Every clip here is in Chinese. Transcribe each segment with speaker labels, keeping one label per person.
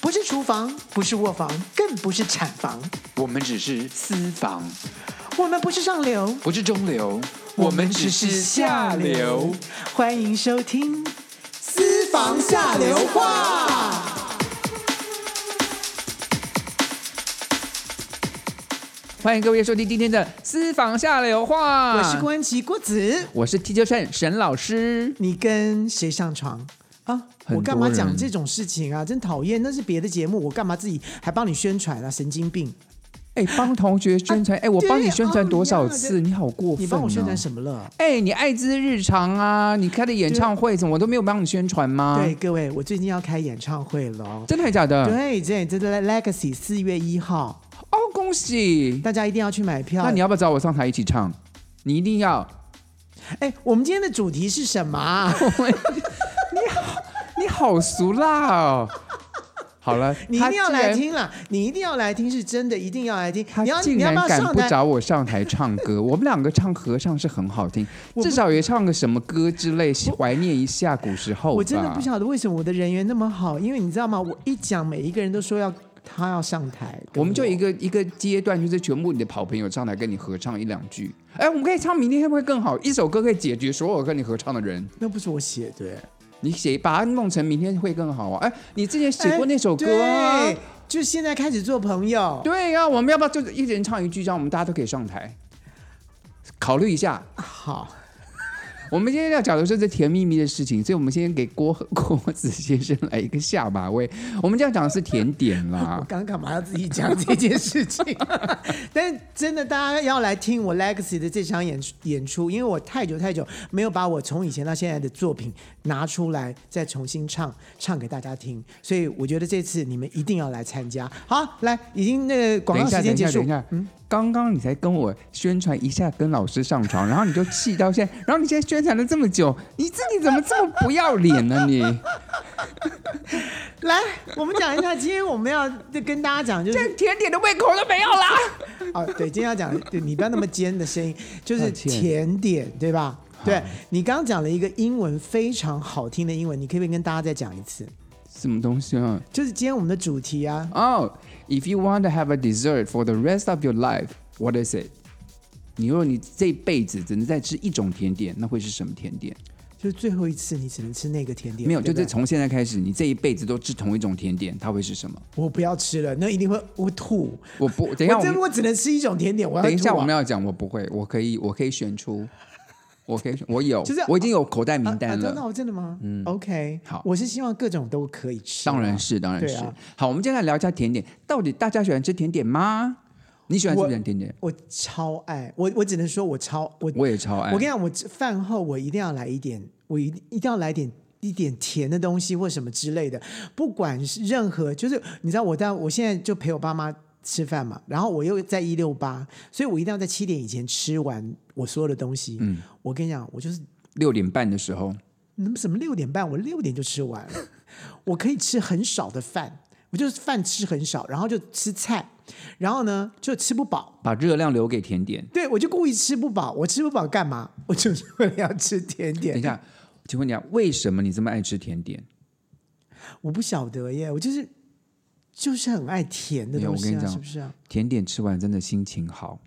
Speaker 1: 不是厨房，不是卧房，更不是产房，
Speaker 2: 我们只是私房，
Speaker 1: 我们不是上流，
Speaker 2: 不是中流，我们只是下流。。
Speaker 1: 欢迎收听《私房下流话》。
Speaker 2: 欢迎各位收听今天的私房下流话。
Speaker 1: 我是郭安琪，郭子。
Speaker 2: 我是 T 教扇沈老师。
Speaker 1: 你跟谁上床啊？
Speaker 2: 很多
Speaker 1: 我干嘛讲
Speaker 2: 人
Speaker 1: 这种事情啊？真讨厌！那是别的节目，我干嘛自己还帮你宣传啊？神经病！
Speaker 2: 哎，帮同学宣传，哎，我帮你
Speaker 1: 对
Speaker 2: 宣传多少
Speaker 1: 哦
Speaker 2: 次？
Speaker 1: 你
Speaker 2: 你好过分！啊
Speaker 1: 你帮我宣传？什么了？
Speaker 2: 哎，你爱之日常啊，你开的演唱会怎么我都没有帮你宣传吗？
Speaker 1: 对，，各位，我最近要开演唱会了哦。
Speaker 2: 真的还假的？
Speaker 1: 对，这这这 Legacy 四月一号，
Speaker 2: 哦，恭喜！
Speaker 1: 大家一定要去买票。
Speaker 2: 那你要不要找我上台一起唱？你一定要。
Speaker 1: 哎，我们今天的主题是什么 啊？
Speaker 2: 你好俗辣 哦！好了，
Speaker 1: 你一
Speaker 2: 他
Speaker 1: 定要
Speaker 2: 竟
Speaker 1: 来
Speaker 2: 然
Speaker 1: 听啦！你一定要来听，是真的，一定要来听。
Speaker 2: 他
Speaker 1: 你要
Speaker 2: 竟
Speaker 1: 你要
Speaker 2: 然
Speaker 1: 不要
Speaker 2: 敢
Speaker 1: 上
Speaker 2: 不
Speaker 1: 台？
Speaker 2: 找我上台唱歌，我们两个唱合唱是很好听，
Speaker 1: 我不
Speaker 2: 至少也唱个什么歌之类，怀念一下古时候吧。
Speaker 1: 我真的不晓得为什么我的人缘那么好，因为你知道吗？我一讲，每一个人都说要他要上台跟，
Speaker 2: 我们就一个一个阶段，就是全部你的好朋友上来跟你合唱一两句。哎，我们可以唱《明天会不会更好》，一首歌可以解决所有跟你合唱的人。
Speaker 1: 那不是我写的，
Speaker 2: 你写把它弄成《明天会更好》啊！哎，你之前写
Speaker 1: 哎
Speaker 2: 过那首歌啊？
Speaker 1: 对就现在开始做朋友。
Speaker 2: 对啊，我们要不要就是一人唱一句，这样我们大家都可以上台？考虑一下。
Speaker 1: 好，
Speaker 2: 我们今天要讲的是这甜蜜蜜的事情，所以我们先给郭郭子先生来一个下马 威。我们这样讲的是甜点
Speaker 1: 我
Speaker 2: 啦，
Speaker 1: 刚刚干嘛要自己讲这件事情？ 但是真的，大家要来听我 Legacy 的这场演出演出，因为我太久太久没有把我从以前到现在的作品拿出来，再重新唱唱给大家听，所以我觉得这次你们一定要来参加。好，来，已经那个广
Speaker 2: 等
Speaker 1: 告
Speaker 2: 一下，
Speaker 1: 时
Speaker 2: 等
Speaker 1: 间
Speaker 2: 一
Speaker 1: 结
Speaker 2: 下，
Speaker 1: 束
Speaker 2: 等一。下，刚刚你才跟我宣传一下跟老师上床， 然后你就气到现在，然后你现在宣传了这么久，你自己怎么这么不要脸呢、你
Speaker 1: 来，我们讲一下，今天我们要跟大家讲，就是
Speaker 2: 连甜点的胃口都没有啦！
Speaker 1: 哦，对，今天要讲，对你不要那么尖的 声音，就是
Speaker 2: 抱歉
Speaker 1: 甜点，对吧？对你刚刚讲了一个英文非常好听的英文，你可不可以跟大家再讲一次？
Speaker 2: 什么东西啊？
Speaker 1: 就是今天我们的主题啊，
Speaker 2: 哦、i f you want to have a dessert for the rest of your life, what is it？你如果你这辈子只能再吃一种甜点，那会是什么甜点？
Speaker 1: 就是最后一次你只能吃那个甜点，
Speaker 2: 没有，
Speaker 1: 对
Speaker 2: 就
Speaker 1: 不对
Speaker 2: 是从现在开始，你这一辈子都吃同一种甜点，它会是什么？
Speaker 1: 我不要吃了，那一定会我吐。
Speaker 2: 我 不，等一下
Speaker 1: 我
Speaker 2: 我
Speaker 1: 真
Speaker 2: 们
Speaker 1: 如果只能吃一种甜点，我要吐、啊。
Speaker 2: 等一下我们要讲，我不会，我可以，我可以选出， 我可以选，我有，
Speaker 1: 就是
Speaker 2: 我已经有口袋名
Speaker 1: 啊啊
Speaker 2: 单
Speaker 1: 真
Speaker 2: 了。
Speaker 1: 的哦，真的吗？嗯，OK，
Speaker 2: 好
Speaker 1: 我是希望各种都可以吃啊、
Speaker 2: 当然是，当然
Speaker 1: 对
Speaker 2: 是。
Speaker 1: 啊
Speaker 2: 好，我们今天来聊一下甜点，到底大家喜欢吃甜点吗？你喜欢吃
Speaker 1: 我
Speaker 2: 不喜欢甜点？
Speaker 1: 我超爱，我我只能说我超我
Speaker 2: 我也超爱。
Speaker 1: 我跟你讲，我这饭后我一定要来一点，我一定一定要来点一点甜的东西或什么之类的，不管是任何，就是你知道我在我现在就陪我爸妈吃饭嘛，然后我又在一六八，所以我一定要在七点以前吃完我所有的东西。嗯，我跟你讲，我就是
Speaker 2: 六点半的时候，
Speaker 1: 那么什么六点半，我六点就吃完了，我可以吃很少的饭，我就是饭吃很少，然后就吃菜，然后呢就吃不饱。
Speaker 2: 把热量留给甜点。
Speaker 1: 对，我就故意吃不饱。我吃不饱干嘛？我就是为了要吃甜点
Speaker 2: 等一。下，请问你啊，为什么你这么爱吃甜点？
Speaker 1: 我不晓得耶，我就是就是很爱甜的
Speaker 2: 没有
Speaker 1: 东
Speaker 2: 我
Speaker 1: 西
Speaker 2: 跟
Speaker 1: 啊，
Speaker 2: 你讲
Speaker 1: 是不是啊？
Speaker 2: 甜点吃完真的心情好。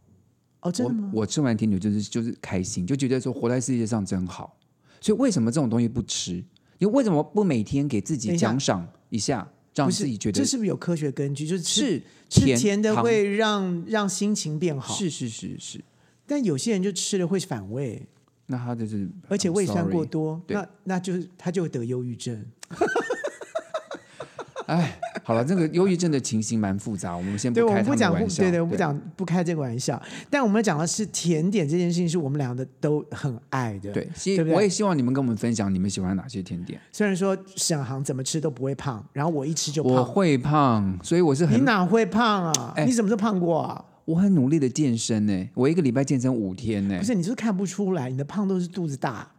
Speaker 1: 哦，真的吗？
Speaker 2: 我我吃完甜点就是就是开心，就觉得说活在世界上真好。所以为什么这种东西不吃？你为什么不每天给自
Speaker 1: 等
Speaker 2: 己
Speaker 1: 一下
Speaker 2: 奖赏一下，让
Speaker 1: 不
Speaker 2: 自己
Speaker 1: 是，
Speaker 2: 觉
Speaker 1: 这
Speaker 2: 得
Speaker 1: 是不是有科学根据？就是吃
Speaker 2: 是
Speaker 1: 吃
Speaker 2: 甜
Speaker 1: 甜的
Speaker 2: 糖
Speaker 1: 会让让心情变好，
Speaker 2: 是是是是，
Speaker 1: 但有些人就吃了会反胃，
Speaker 2: 那他就是
Speaker 1: 而且
Speaker 2: I'm
Speaker 1: 胃酸过
Speaker 2: sorry
Speaker 1: 多，
Speaker 2: 对
Speaker 1: 那那就是他就会得忧郁症。
Speaker 2: 好了，这个忧郁症的情形蛮复杂，我们先
Speaker 1: 对，
Speaker 2: 不
Speaker 1: 我
Speaker 2: 开
Speaker 1: 们不
Speaker 2: 他们的
Speaker 1: 讲，
Speaker 2: 玩笑。
Speaker 1: 对对，我们不讲不开这个玩笑。但我们讲的是甜点这件事情，是我们两个都很爱的。
Speaker 2: 对，希
Speaker 1: 对不对
Speaker 2: 我也希望你们跟我们分享你们喜欢哪些甜点。
Speaker 1: 虽然说沈航怎么吃都不会胖，然后我一吃就
Speaker 2: 我
Speaker 1: 胖。
Speaker 2: 会胖，所以我是
Speaker 1: 你
Speaker 2: 很
Speaker 1: 哪会胖啊？
Speaker 2: 哎
Speaker 1: 你什么时候胖过啊？
Speaker 2: 我很努力的健身呢、我一个礼拜健身五天呢、
Speaker 1: 不是，你就是看不出来，你的胖都是肚子大。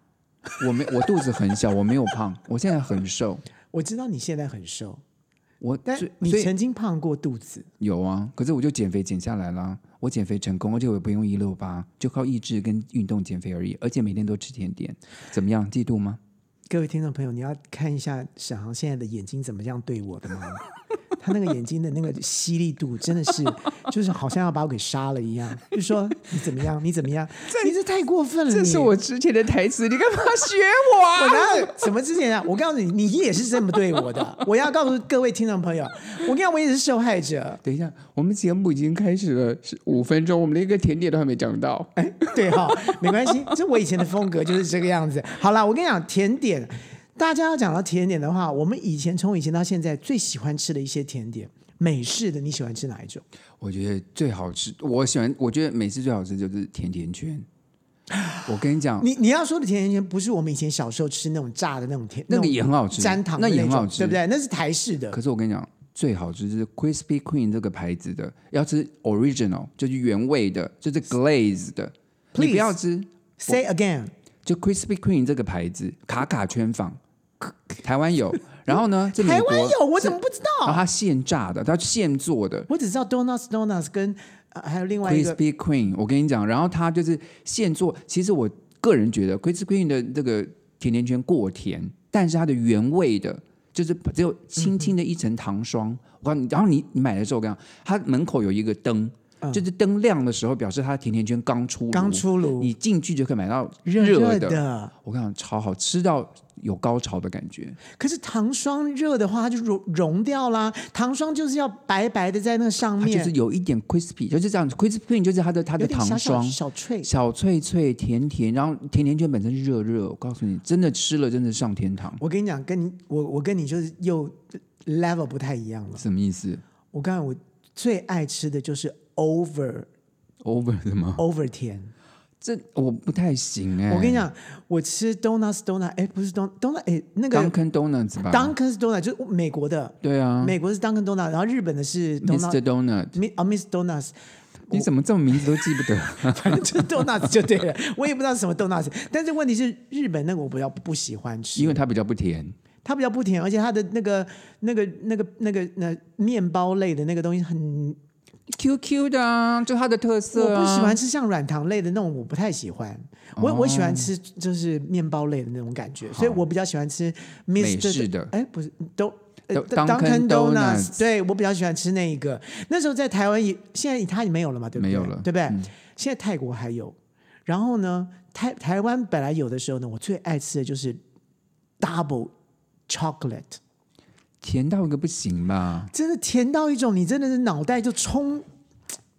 Speaker 2: 我没，我肚子很小，我没有胖，我现在很瘦。
Speaker 1: 我知道你现在很瘦，
Speaker 2: 我
Speaker 1: 但
Speaker 2: 所以
Speaker 1: 你
Speaker 2: 所以
Speaker 1: 曾经胖过肚子。
Speaker 2: 有啊，可是我就减肥减下来啦，我减肥成功，而且我也不用一六八，就靠意志跟运动减肥而已，而且每天都吃甜点，怎么样？嫉妒吗？
Speaker 1: 各位听众朋友，你要看一下沈航现在的眼睛怎么样对我的吗？他那个眼睛的那个犀利度真的是，就是好像要把我给杀了一样，就说你怎么样，你怎么样，你这太过分了你，
Speaker 2: 这是我之前的台词，你干嘛学我
Speaker 1: 我
Speaker 2: 啊？
Speaker 1: 哪有什么之前啊？我告诉你，你也是这么对我的。我要告诉各位听众朋友，我跟你讲，我也是受害者。
Speaker 2: 等一下，我们节目已经开始了是五分钟，我们连一个甜点都还没讲到。
Speaker 1: 哎， 对哈、没关系，这我以前的风格就是这个样子。好啦，我跟你讲，甜点，大家要讲到甜点的话，我们以前从以前到现在最喜欢吃的一些甜点，美式的你喜欢吃哪一种？
Speaker 2: 我觉得最好吃，我喜欢，我觉得每次最好吃就是甜甜圈。我跟你讲，
Speaker 1: 你你要说的甜甜圈，不是我们以前小时候吃那种炸的那种甜，
Speaker 2: 那个
Speaker 1: 种
Speaker 2: 也很好吃，
Speaker 1: 沾糖的
Speaker 2: 那也
Speaker 1: 种
Speaker 2: 很好吃，
Speaker 1: 对不对？那是台式的。
Speaker 2: 可是我跟你讲，最好吃就是 Krispy Kreme 这个牌子的，要吃 original，就是原味的，就是 glaze 的。你不
Speaker 1: Please
Speaker 2: 要吃，
Speaker 1: Say again，
Speaker 2: 就 Krispy Kreme 这个牌子，卡卡圈坊，台湾有。然后呢，这美
Speaker 1: 台
Speaker 2: 国
Speaker 1: 湾有，我怎
Speaker 2: 是
Speaker 1: 么不知
Speaker 2: 然后
Speaker 1: 道？
Speaker 2: 它现炸的，它现做的。
Speaker 1: 我只知道 Donuts Donuts 跟、呃还有另外一个
Speaker 2: Krispy Kreme，我跟你讲，然后它就是现做。其实我个人觉得 Krispy Kreme 的这个甜甜圈过甜，但是它的原味的，就是只有
Speaker 1: 嗯
Speaker 2: 轻轻的一层糖霜。我告诉你，然后你你买的时候，我跟你讲，它门口有一个灯，就是灯亮的时候，表示它的甜甜圈刚出
Speaker 1: 嗯
Speaker 2: 炉
Speaker 1: 刚，出炉，
Speaker 2: 你进去就可以买到热
Speaker 1: 热
Speaker 2: 的。
Speaker 1: 的。
Speaker 2: 我跟你讲，超好吃到有高潮的感觉。
Speaker 1: 可是糖霜热的话，它就融融掉啦。糖霜就是要白白的在那上
Speaker 2: 它
Speaker 1: 面，
Speaker 2: 就是有一点 crispy，就是这样子，crispy Kreme 就是它的它的
Speaker 1: 有点
Speaker 2: 糖
Speaker 1: 小小
Speaker 2: 霜。
Speaker 1: 小脆。
Speaker 2: 小脆脆甜甜，然后甜甜圈本身是热热，我告诉你，真的吃了真的上天堂，
Speaker 1: 我跟你讲，跟你我我跟你就是又 level 不太一样了。
Speaker 2: 什么意思
Speaker 1: 我告诉你，我最爱吃的就是 over
Speaker 2: ？Over 什么？
Speaker 1: over 甜。
Speaker 2: 这我不太行哎、
Speaker 1: 我跟你，讲，我吃 donuts donut，哎，不是 don donut，哎，那个
Speaker 2: Dunkin Donuts 吧
Speaker 1: Dunkin' 嗯 donut 就是美国的，
Speaker 2: 对啊
Speaker 1: 美国是 Dunkin' donut，然后日本的是 donut，
Speaker 2: ，Mr. Donut，
Speaker 1: Mi- 啊 Miss Donuts。
Speaker 2: 你怎么这么名字都记不得？
Speaker 1: 反 正就是 donuts 就对了，我也不知道是什么 donuts，但是问题是日本那个我比较不喜欢吃，
Speaker 2: 因为它比较不甜，
Speaker 1: 它比较不甜，而且它的那个那个那个那个那面包类的那个东西很，
Speaker 2: ，Q Q 的啊，就它的特色
Speaker 1: 我
Speaker 2: 啊。哦
Speaker 1: 不喜欢吃像软糖类的那种，我不太喜欢，我、我喜欢吃就是面包类的那种感觉，所以我比较喜欢吃 m i
Speaker 2: 美
Speaker 1: s
Speaker 2: 式的
Speaker 1: 哎，不是都。呃
Speaker 2: Dunkin'
Speaker 1: Dunkin'
Speaker 2: Donuts
Speaker 1: 对我比较喜欢吃那一个。那时候在台湾也，现在它也没有了嘛，对不对？
Speaker 2: 没有了嗯
Speaker 1: 对不对？现在泰国还有。然后呢，台台湾本来有的时候呢，我最爱吃的就是 double chocolate，
Speaker 2: 甜到一个不行吧？
Speaker 1: 真的甜到一种你真的是脑袋就冲。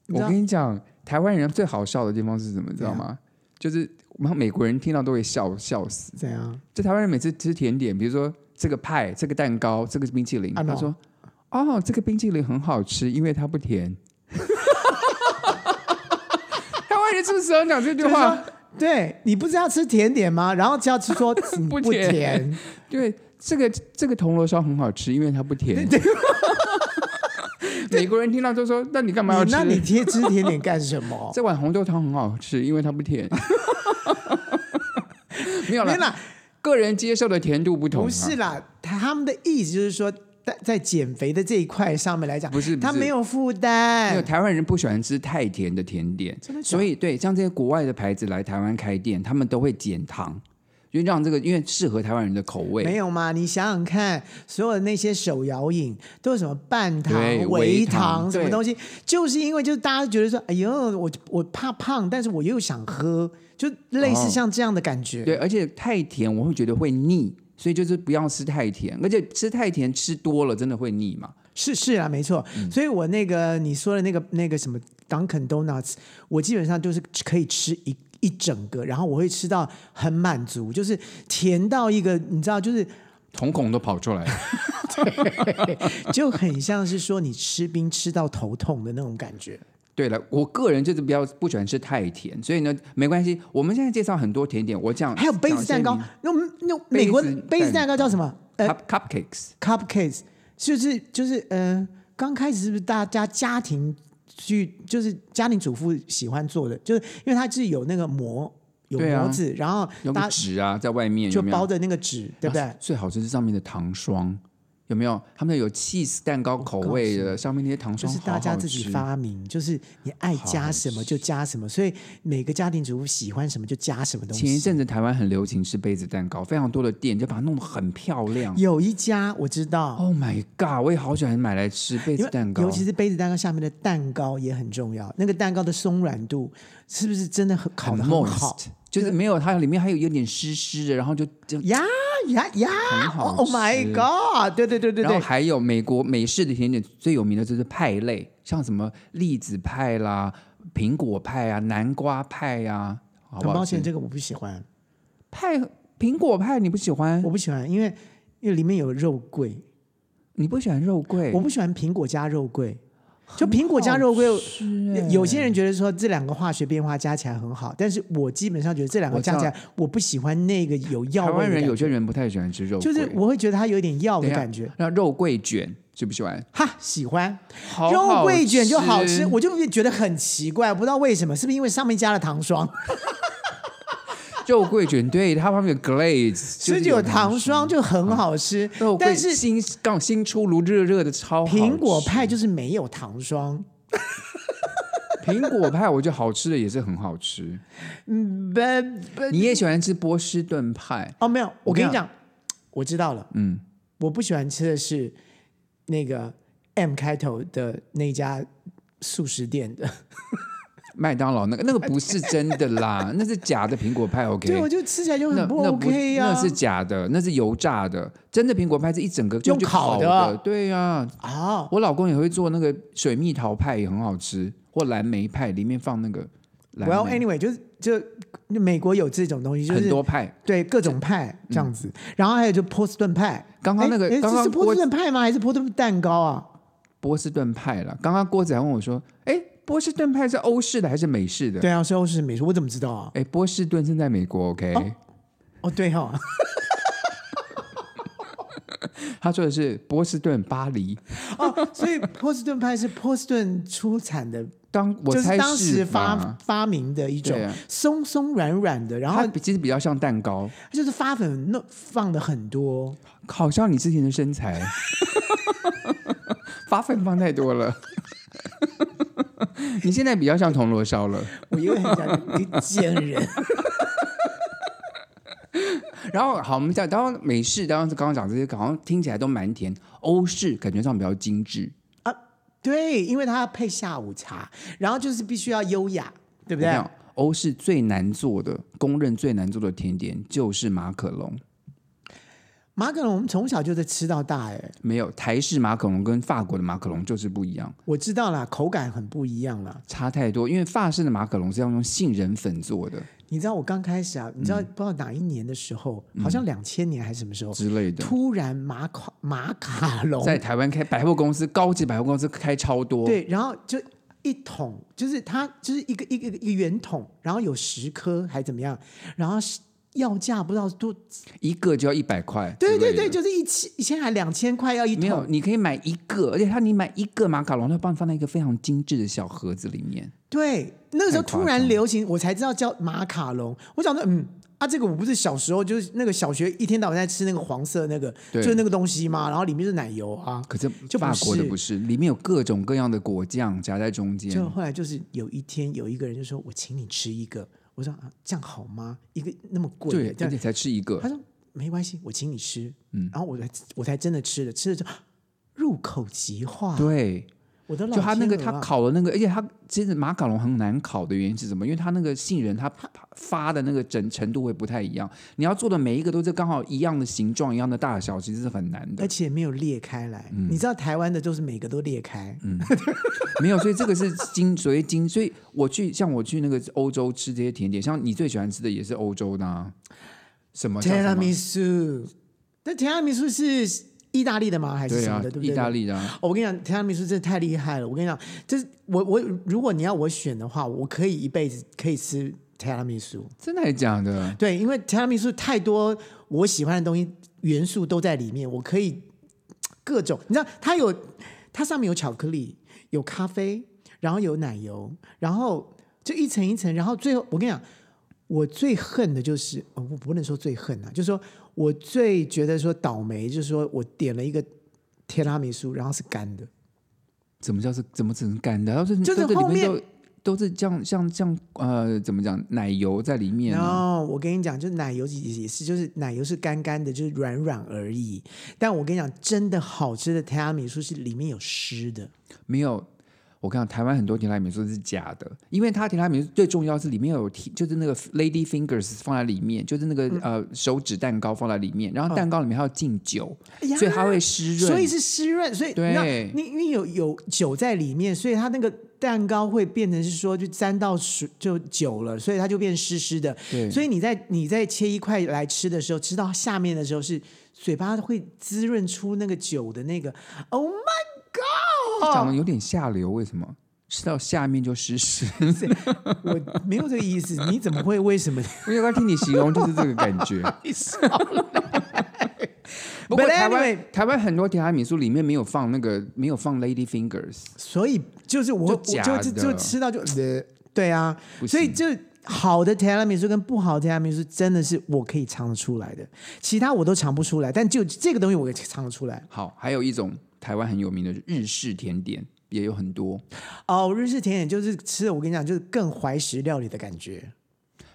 Speaker 1: 你
Speaker 2: 我
Speaker 1: 知道
Speaker 2: 跟你讲，台湾人最好笑的地方是什么，你知道吗？就是我们美国人听到都会笑笑死。
Speaker 1: 怎样？
Speaker 2: 就台湾人每次吃甜点，比如说这个派、这个蛋糕、这个冰淇淋，
Speaker 1: 啊
Speaker 2: 他
Speaker 1: ，no
Speaker 2: 说：“哦，这个冰淇淋很好吃，因为它不甜。” 台湾人是不是常讲这句
Speaker 1: 就是
Speaker 2: 话？
Speaker 1: 说，对你不是要吃甜点吗？然后就要吃 说嗯
Speaker 2: 不
Speaker 1: 不
Speaker 2: 甜
Speaker 1: 甜，
Speaker 2: 对，这个这个铜锣烧很好吃，因为它不甜。 美国人听到就说：“那你干嘛要
Speaker 1: 你
Speaker 2: 吃？
Speaker 1: 那你贴吃甜点干什 么？
Speaker 2: 这碗红豆汤很好吃，因为它不甜。”没有
Speaker 1: 没
Speaker 2: 了，
Speaker 1: 啦，
Speaker 2: 个人接受的甜度不啊同、啊。
Speaker 1: 不是啦，他他们的意思就是说，在在减肥的这一块上面来讲，
Speaker 2: 不是不
Speaker 1: 他
Speaker 2: 是
Speaker 1: 没有负
Speaker 2: 没有
Speaker 1: 担，
Speaker 2: 台湾人不喜欢吃太甜的甜点，
Speaker 1: 嗯真的假的
Speaker 2: 所以对像这些国外的牌子来台湾开店，他们都会减糖，就让这个因为适合台湾人的口
Speaker 1: 没
Speaker 2: 味。
Speaker 1: 有嘛？你想想看，所有的那些手摇饮都有什么半糖
Speaker 2: 对、微
Speaker 1: 微
Speaker 2: 糖
Speaker 1: 糖什么
Speaker 2: 对
Speaker 1: 东西，就是因为就是大家觉得说，哎呦，我我怕胖，但是我又想喝，就类似
Speaker 2: 哦
Speaker 1: 像这样的感觉。
Speaker 2: 对，而且太甜我会觉得会腻，所以就是不要吃太甜，而且吃太甜吃多了真的会腻嘛。
Speaker 1: 是是啊，没错。所以我那个你说的那个那个什么 Dunkin Donuts，我基本上就是可以吃一一整个，然后我会吃到很满足，就是甜到一个你知道，就是
Speaker 2: 瞳孔都 跑出来了，
Speaker 1: 就很像是说你吃冰吃到头痛的那种感觉。
Speaker 2: 对了，我个人就是比较不喜欢吃太甜，所以呢没关系。我们现在介绍很多甜点，我讲
Speaker 1: 还有杯子蛋 糕，那种那种美国的
Speaker 2: 杯
Speaker 1: 杯
Speaker 2: 子蛋糕
Speaker 1: 子蛋糕叫什么？呃
Speaker 2: cup cupcakes，
Speaker 1: ，cupcakes，就是就是呃，刚开始是不是大家家庭去就是家庭主妇喜欢做的，就是因为它是有那个膜。有
Speaker 2: 对啊
Speaker 1: 模子，然后
Speaker 2: 用
Speaker 1: 大家
Speaker 2: 纸啊在外面
Speaker 1: 就
Speaker 2: 有没有啊
Speaker 1: 包的那个纸，对不对？
Speaker 2: 最好吃是上面的糖霜，有没有？他们有 cheese 蛋糕口味的，上面那些糖
Speaker 1: 就
Speaker 2: 霜
Speaker 1: 是
Speaker 2: 好
Speaker 1: 大家
Speaker 2: 好
Speaker 1: 自己
Speaker 2: 吃
Speaker 1: 发明，就是你爱加什
Speaker 2: 好
Speaker 1: 么
Speaker 2: 好
Speaker 1: 就加什么，所以每个家庭主妇喜欢什么就加什么东西。
Speaker 2: 前一阵子台湾很流行吃杯子蛋糕，非常多的店就把它弄得很漂 亮。
Speaker 1: 有一家我知道，
Speaker 2: Oh my god！我也好喜欢买来吃杯
Speaker 1: 因
Speaker 2: 子
Speaker 1: 为
Speaker 2: 蛋糕，
Speaker 1: 尤其是杯子蛋糕下面的蛋糕也很重要，那个蛋糕的松软度是不是真的很烤
Speaker 2: 很
Speaker 1: 的好
Speaker 2: moist，？就是没有它里面还有有点湿湿的，然后就就
Speaker 1: 呀呀呀
Speaker 2: 很好
Speaker 1: ！Oh my
Speaker 2: 吃
Speaker 1: god！对对对对
Speaker 2: 然后
Speaker 1: 对，
Speaker 2: 还有美国美式的甜点最有名的就是派类，像什么栗子派啦、苹果派啊、南瓜派呀、好不
Speaker 1: 很
Speaker 2: 好
Speaker 1: 抱歉，
Speaker 2: 吃
Speaker 1: 这个我不喜欢，
Speaker 2: 派苹果派你不喜欢
Speaker 1: 我，不喜欢，因为因为里面有肉桂，
Speaker 2: 你不喜欢肉桂，
Speaker 1: 我不喜欢苹果加肉桂，就苹果加肉桂。
Speaker 2: 是
Speaker 1: 有有些人觉得说这两个化学变化加起来很好，但是我基本上觉得这两个
Speaker 2: 我知
Speaker 1: 加
Speaker 2: 道
Speaker 1: 起来，我不喜欢那个有药
Speaker 2: 台
Speaker 1: 味
Speaker 2: 湾
Speaker 1: 的
Speaker 2: 人
Speaker 1: 感
Speaker 2: 有
Speaker 1: 觉，
Speaker 2: 些人不太喜欢吃肉桂，
Speaker 1: 就是我会觉得它有一点药的
Speaker 2: 等一下
Speaker 1: 感觉。
Speaker 2: 那肉桂卷喜不喜欢？
Speaker 1: 哈，喜欢
Speaker 2: 好
Speaker 1: 肉
Speaker 2: 好
Speaker 1: 桂卷就好吃，
Speaker 2: 吃
Speaker 1: 我就觉得很奇怪，我不知道为什么，是不是因为上面加了糖霜，
Speaker 2: 肉桂卷对它旁边 有 glaze，
Speaker 1: 所以
Speaker 2: 是
Speaker 1: 就有糖。霜就很好吃
Speaker 2: 嗯肉。桂
Speaker 1: 但是
Speaker 2: 新刚新出炉热热的超好吃
Speaker 1: 苹果派就是没有糖霜
Speaker 2: 苹果派，我觉得好吃的也是很 好吃。嗯
Speaker 1: ，but but
Speaker 2: 你也喜欢吃波士顿派？
Speaker 1: 哦没有，我
Speaker 2: 我跟
Speaker 1: 跟你
Speaker 2: 你
Speaker 1: 讲，我知道了，
Speaker 2: 嗯，
Speaker 1: 我不喜欢吃的是那个 M 开头的那家素食店的，
Speaker 2: 麦当劳那个那个不是真的啦，那是假的苹果派。OK，
Speaker 1: 对，我就吃起来就
Speaker 2: 那
Speaker 1: 很
Speaker 2: 那
Speaker 1: OK 啊呀、
Speaker 2: 那是假的，那是油炸的。真的苹果派是一整个就
Speaker 1: 用
Speaker 2: 就
Speaker 1: 烤的
Speaker 2: 的，对呀、
Speaker 1: 哦，
Speaker 2: 我老公也会做那个水蜜桃派，也很好吃，或蓝莓派，里面放那个蓝莓
Speaker 1: well anyway 就是就美国有这种东西，就
Speaker 2: 很
Speaker 1: 是
Speaker 2: 多派。
Speaker 1: 对各种派这样子，然后还有就波士顿派。
Speaker 2: 刚刚那个
Speaker 1: 诶诶
Speaker 2: 刚
Speaker 1: 哎这
Speaker 2: 刚
Speaker 1: 是波
Speaker 2: 郭
Speaker 1: 士顿派吗？还是波士顿蛋糕啊？
Speaker 2: 波士顿派了，刚刚郭子还问我说：“哎，波士顿派是欧式的还是美式的？”
Speaker 1: 对啊，是欧式美食，我怎么知道啊？
Speaker 2: 哎，波士顿是在美国，OK？、
Speaker 1: 哦，对哈、哦，
Speaker 2: 他说的是波士顿巴黎。
Speaker 1: 哦所以波士顿派是波士顿出产的，
Speaker 2: 当我
Speaker 1: 就是
Speaker 2: 猜
Speaker 1: 当时
Speaker 2: 吧
Speaker 1: 发发明的一种
Speaker 2: 对啊
Speaker 1: 松松软软的，然后
Speaker 2: 它其实比较像蛋糕，
Speaker 1: 就是发粉弄放的很 多。
Speaker 2: 好像你之前的身材， 发粉放太多了。 你现在比较像铜锣烧了，
Speaker 1: 我因为很想你贱人，
Speaker 2: 然后好，我们讲，然后美式，当然是刚刚讲这些，好像听起来都蛮甜，欧式感觉上比较精致，
Speaker 1: 对，因为它要配下午茶，然后就是必须要优雅，对
Speaker 2: 对
Speaker 1: 不对？
Speaker 2: 欧式最难做的，公认最难做的甜点就是马可龙，
Speaker 1: 马可龙我们从小就在吃到大、哎，
Speaker 2: 没有台式马可龙跟法国的马可龙就是不一样，
Speaker 1: 我知道啦，口感很不一样啦。
Speaker 2: 差太多。因为法式的马可龙是要用杏仁粉做的
Speaker 1: 你知道我刚开始
Speaker 2: 嗯
Speaker 1: 啊，你知道不知道哪一年的时候，好像两千年还是什么时候，
Speaker 2: 之类的，
Speaker 1: 突然马卡马卡龙
Speaker 2: 在台湾开百货公司，高级百货公司开超多，
Speaker 1: 对，然后就一桶，就是它就是一个一个一个圆桶，然后有十颗还怎么样，然后是要价不知道多，
Speaker 2: 一个就要一百块，
Speaker 1: 对对对，。就是一千以前还两千块要一
Speaker 2: 没有，
Speaker 1: 桶，
Speaker 2: 你可以买一个，而且他你买一个马卡龙，他帮你放在一个非常精致的小盒子里面。
Speaker 1: 对，那个时候
Speaker 2: 太夸
Speaker 1: 突然
Speaker 2: 张
Speaker 1: 流行，我才知道叫马卡龙，我想说嗯。啊，这个我不是小时候就是那个小学一天到晚在吃那个黄色那个，就
Speaker 2: 对
Speaker 1: 是那个东西嘛，然后里面是奶油啊，
Speaker 2: 可是
Speaker 1: 就不
Speaker 2: 法国的
Speaker 1: 是
Speaker 2: 不是，里面有各种各样的果酱夹在中间。
Speaker 1: 就后来就是有一天，有一个人就说：“我请你吃一个。”我说：“啊，这样好吗？一个那么贵
Speaker 2: 对
Speaker 1: 的，，这
Speaker 2: 而且
Speaker 1: 样。
Speaker 2: 才吃一”个
Speaker 1: 他，说：“没关系，我请你吃。”嗯，然后我才我才真的吃了，吃了就啊入口即化。
Speaker 2: 对，
Speaker 1: 我的老
Speaker 2: 就他那个
Speaker 1: 天鹅
Speaker 2: 他
Speaker 1: 啊
Speaker 2: 烤的那个，而且他其实马卡龙很难烤的原因是什么？因为他那个杏仁它发的那个整程度会不太一样，你要做的每一个都是刚好一样的形状、一样的大小，其实是很难
Speaker 1: 而
Speaker 2: 的。嗯
Speaker 1: 且没有裂开来，你知道台湾的就是每个都裂开，
Speaker 2: 没有，所以这个是精，所谓精，所以我去像我去那个欧洲吃这些甜点，像你最喜欢吃的也是欧洲的、啊，什么叫
Speaker 1: 提拉
Speaker 2: 什么？
Speaker 1: 米苏。那提拉米苏是意大利的吗？还是
Speaker 2: 对
Speaker 1: 什么
Speaker 2: 啊
Speaker 1: 的？对，不
Speaker 2: 意
Speaker 1: 对？
Speaker 2: 大利的、啊，
Speaker 1: 哦我跟你讲，提拉米苏真的太厉害了。我跟你讲，这是我我如果你要我选的话，我可以一辈子可以吃提拉米苏。
Speaker 2: 真的还是假的？
Speaker 1: 对，因为提拉米苏太多我喜欢的东西元素都在里面，我可以各种，你知道它有它上面有巧克力，有咖啡，然后有奶油，然后就一层一层，然后最后我跟你讲，我最恨的就是，呃我不能说最恨啊，就是说我最觉得说倒霉，就是说我点了一个提拉米苏，然后是干的，
Speaker 2: 怎么叫是怎么只能干的？然后是
Speaker 1: 就是
Speaker 2: 都这里
Speaker 1: 后
Speaker 2: 面
Speaker 1: 面
Speaker 2: 都都是像像像呃，怎么讲奶油在里面
Speaker 1: 然
Speaker 2: 啊？
Speaker 1: 后我跟你讲，就是奶油也也是，就是奶油是干干的，就是软软而已。但我跟你讲，真的好吃的提拉米苏是里面有湿的，
Speaker 2: 没有。我看到台湾很多提拉米苏是假的，因为它提拉米苏最重要是里面有提，就是那个 lady fingers 放在里面，就是那个、
Speaker 1: 嗯
Speaker 2: 呃手指蛋糕放在里面，然后蛋糕里面还要浸酒，
Speaker 1: 哎哦呀
Speaker 2: 所以它会湿润。
Speaker 1: 所以是湿润，所以
Speaker 2: 对
Speaker 1: 你知道你因为有有酒在里面，所以它那个蛋糕会变成是说就沾到水就酒了，所以它就变湿湿的。
Speaker 2: 对
Speaker 1: 所以你在你在切一块来吃的时候，吃到下面的时候是嘴巴会滋润出那个酒的那个。Oh my
Speaker 2: 长
Speaker 1: god！
Speaker 2: 得有点下流，为什么？吃到下面就湿湿。
Speaker 1: 我没有这个意思，你怎么会？为什么？
Speaker 2: 我有刚听你形容就是这个感 觉。不过
Speaker 1: But
Speaker 2: 台湾
Speaker 1: anyway-
Speaker 2: 台湾很多提拉米苏里面没有放那个没有放 lady fingers，
Speaker 1: 所以就是我
Speaker 2: 就
Speaker 1: 我
Speaker 2: 假
Speaker 1: 就就
Speaker 2: 的
Speaker 1: 就吃到就呃对啊
Speaker 2: 不，
Speaker 1: 所以
Speaker 2: 行
Speaker 1: 就好的提拉米苏跟不好的提拉米苏真的是我可以尝得出来的，其他我都尝不出来，但就这个东西我可以尝得出来。
Speaker 2: 好，还有一种台湾很有名的日式甜点也有很多，
Speaker 1: 哦，日式甜点就是吃的，我跟你讲，就是更怀石料理的感觉。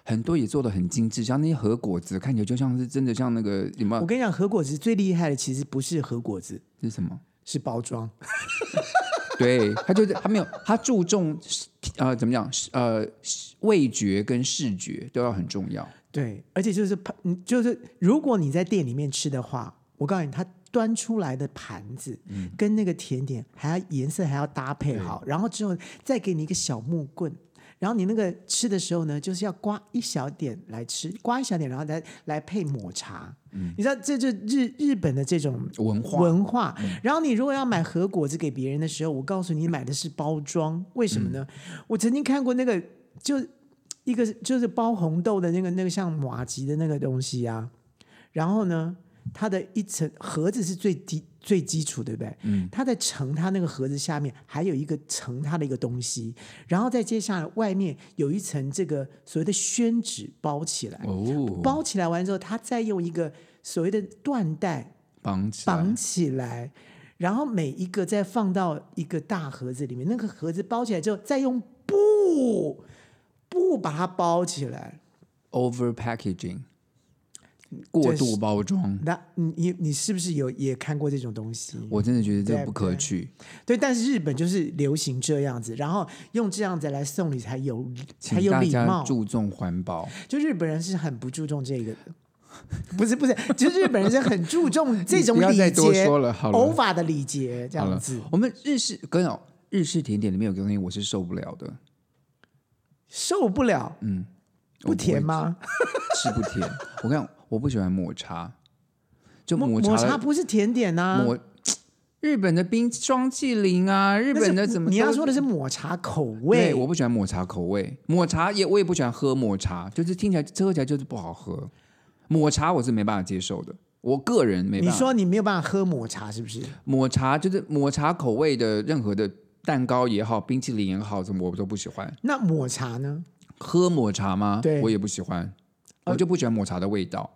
Speaker 2: 很多也做的很精致，像那些和果子，看起来就像是真的像那个什
Speaker 1: 我
Speaker 2: 么
Speaker 1: 跟你讲，和果子最厉害的其实不是和果子，
Speaker 2: 是什么？
Speaker 1: 是包装。
Speaker 2: 对，他就是他没有，他注重呃怎么讲呃味觉跟视觉都要很重要。
Speaker 1: 对，而且就是盘，嗯就是如果你在店里面吃的话，我告诉你，它端出来的盘子跟那个甜点还要颜色还要搭配好，然后之后再给你一个小木棍。然后你那个吃的时候呢，就是要刮一小点来吃，刮一小点，然后再来配抹茶。你知道，这就日日本的这种
Speaker 2: 文化嗯
Speaker 1: 文化。然后你如果要买和果子给别人的时候，我告诉你，买的是包装，为什么呢？
Speaker 2: 嗯
Speaker 1: 我曾经看过那个，就一个就是包红豆的那个那个像马吉的那个东西啊，然后呢，它的一层盒子是最低最基础，对不对？嗯，它在盛它那个盒子下面还有一个盛它的一个东西，然后再接下来外面有一层这个所谓的宣纸包起来，
Speaker 2: 哦，
Speaker 1: 包起来完之后，它再用一个所谓的缎带
Speaker 2: 绑起来
Speaker 1: 绑起来，然后每一个再放到一个大盒子里面，那个盒子包起来之后，再用布布把它包起来。
Speaker 2: over packaging，过
Speaker 1: 这
Speaker 2: 度
Speaker 1: 是
Speaker 2: 包装，
Speaker 1: 那你你你是不是有也看过这种东西？
Speaker 2: 我真的觉得这
Speaker 1: 对
Speaker 2: 不可
Speaker 1: 对
Speaker 2: 取。
Speaker 1: 对，但是日本就是流行这样子，然后用这样子来送礼才有才
Speaker 2: 请
Speaker 1: 有
Speaker 2: 大
Speaker 1: 礼
Speaker 2: 家
Speaker 1: 貌。
Speaker 2: 注重环保，
Speaker 1: 就日本人是很不注重这个的。不是不是，就日本人是很注 重这种
Speaker 2: 不
Speaker 1: 礼
Speaker 2: 要
Speaker 1: 节，
Speaker 2: 再多说了好了
Speaker 1: 欧法的礼节这
Speaker 2: 好
Speaker 1: 样
Speaker 2: 了
Speaker 1: 子，
Speaker 2: 我们日式跟哦日式甜点里面有个东西我是受不了 的，
Speaker 1: 受不了。
Speaker 2: 嗯，
Speaker 1: 不甜吗？
Speaker 2: 是不甜。我看我不喜欢抹茶，就抹
Speaker 1: 抹
Speaker 2: 茶
Speaker 1: 茶
Speaker 2: 的
Speaker 1: 不是甜点啊呐、
Speaker 2: 抹日本的冰霜淇淋啊，日
Speaker 1: 那是
Speaker 2: 本的怎么
Speaker 1: 你要
Speaker 2: 都
Speaker 1: 说的是抹茶口味
Speaker 2: 对，，我不喜欢抹茶口味，抹茶也我也不喜欢喝抹茶，就是听起来喝起来就是不好喝。抹茶我是没办法接受的，我个人没
Speaker 1: 你
Speaker 2: 办法。
Speaker 1: 说你没有办法喝抹茶是不是？
Speaker 2: 抹茶就是抹茶口味的任何的蛋糕也好，冰淇淋也好，什么我都不喜欢。
Speaker 1: 那抹茶呢？
Speaker 2: 喝抹茶吗？
Speaker 1: 对呃
Speaker 2: 我也不喜欢，我就不喜欢抹茶的味道，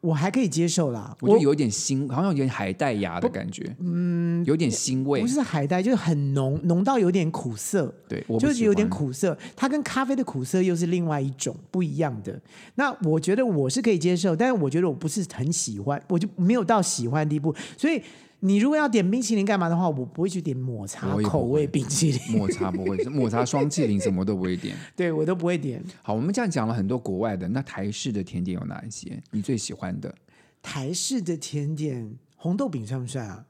Speaker 1: 我还可以接受啦，
Speaker 2: 我就有一点腥，好像有点海带芽的感觉，嗯，有点腥味
Speaker 1: 不。是海带，就是很浓，浓到有点苦涩。
Speaker 2: 对，我不
Speaker 1: 就是
Speaker 2: 喜
Speaker 1: 有点
Speaker 2: 欢。
Speaker 1: 苦 涩，它跟咖啡的苦涩又是另外一种不一样的。那我觉得我是可以接受，但是我觉得我不是很喜欢，我就没有到喜欢的地步。所以你如果要点冰淇淋干嘛的话，我不会去点抹茶
Speaker 2: 我也不
Speaker 1: 口
Speaker 2: 会
Speaker 1: 味冰淇淋，
Speaker 2: 抹茶不会，抹茶双淇淋什么都不会点。
Speaker 1: 对我都不会点。
Speaker 2: 好，我们这样讲了很多国外的，那台式的甜点有哪一些？你最喜欢的？
Speaker 1: 台式的甜点，红豆饼算不算啊？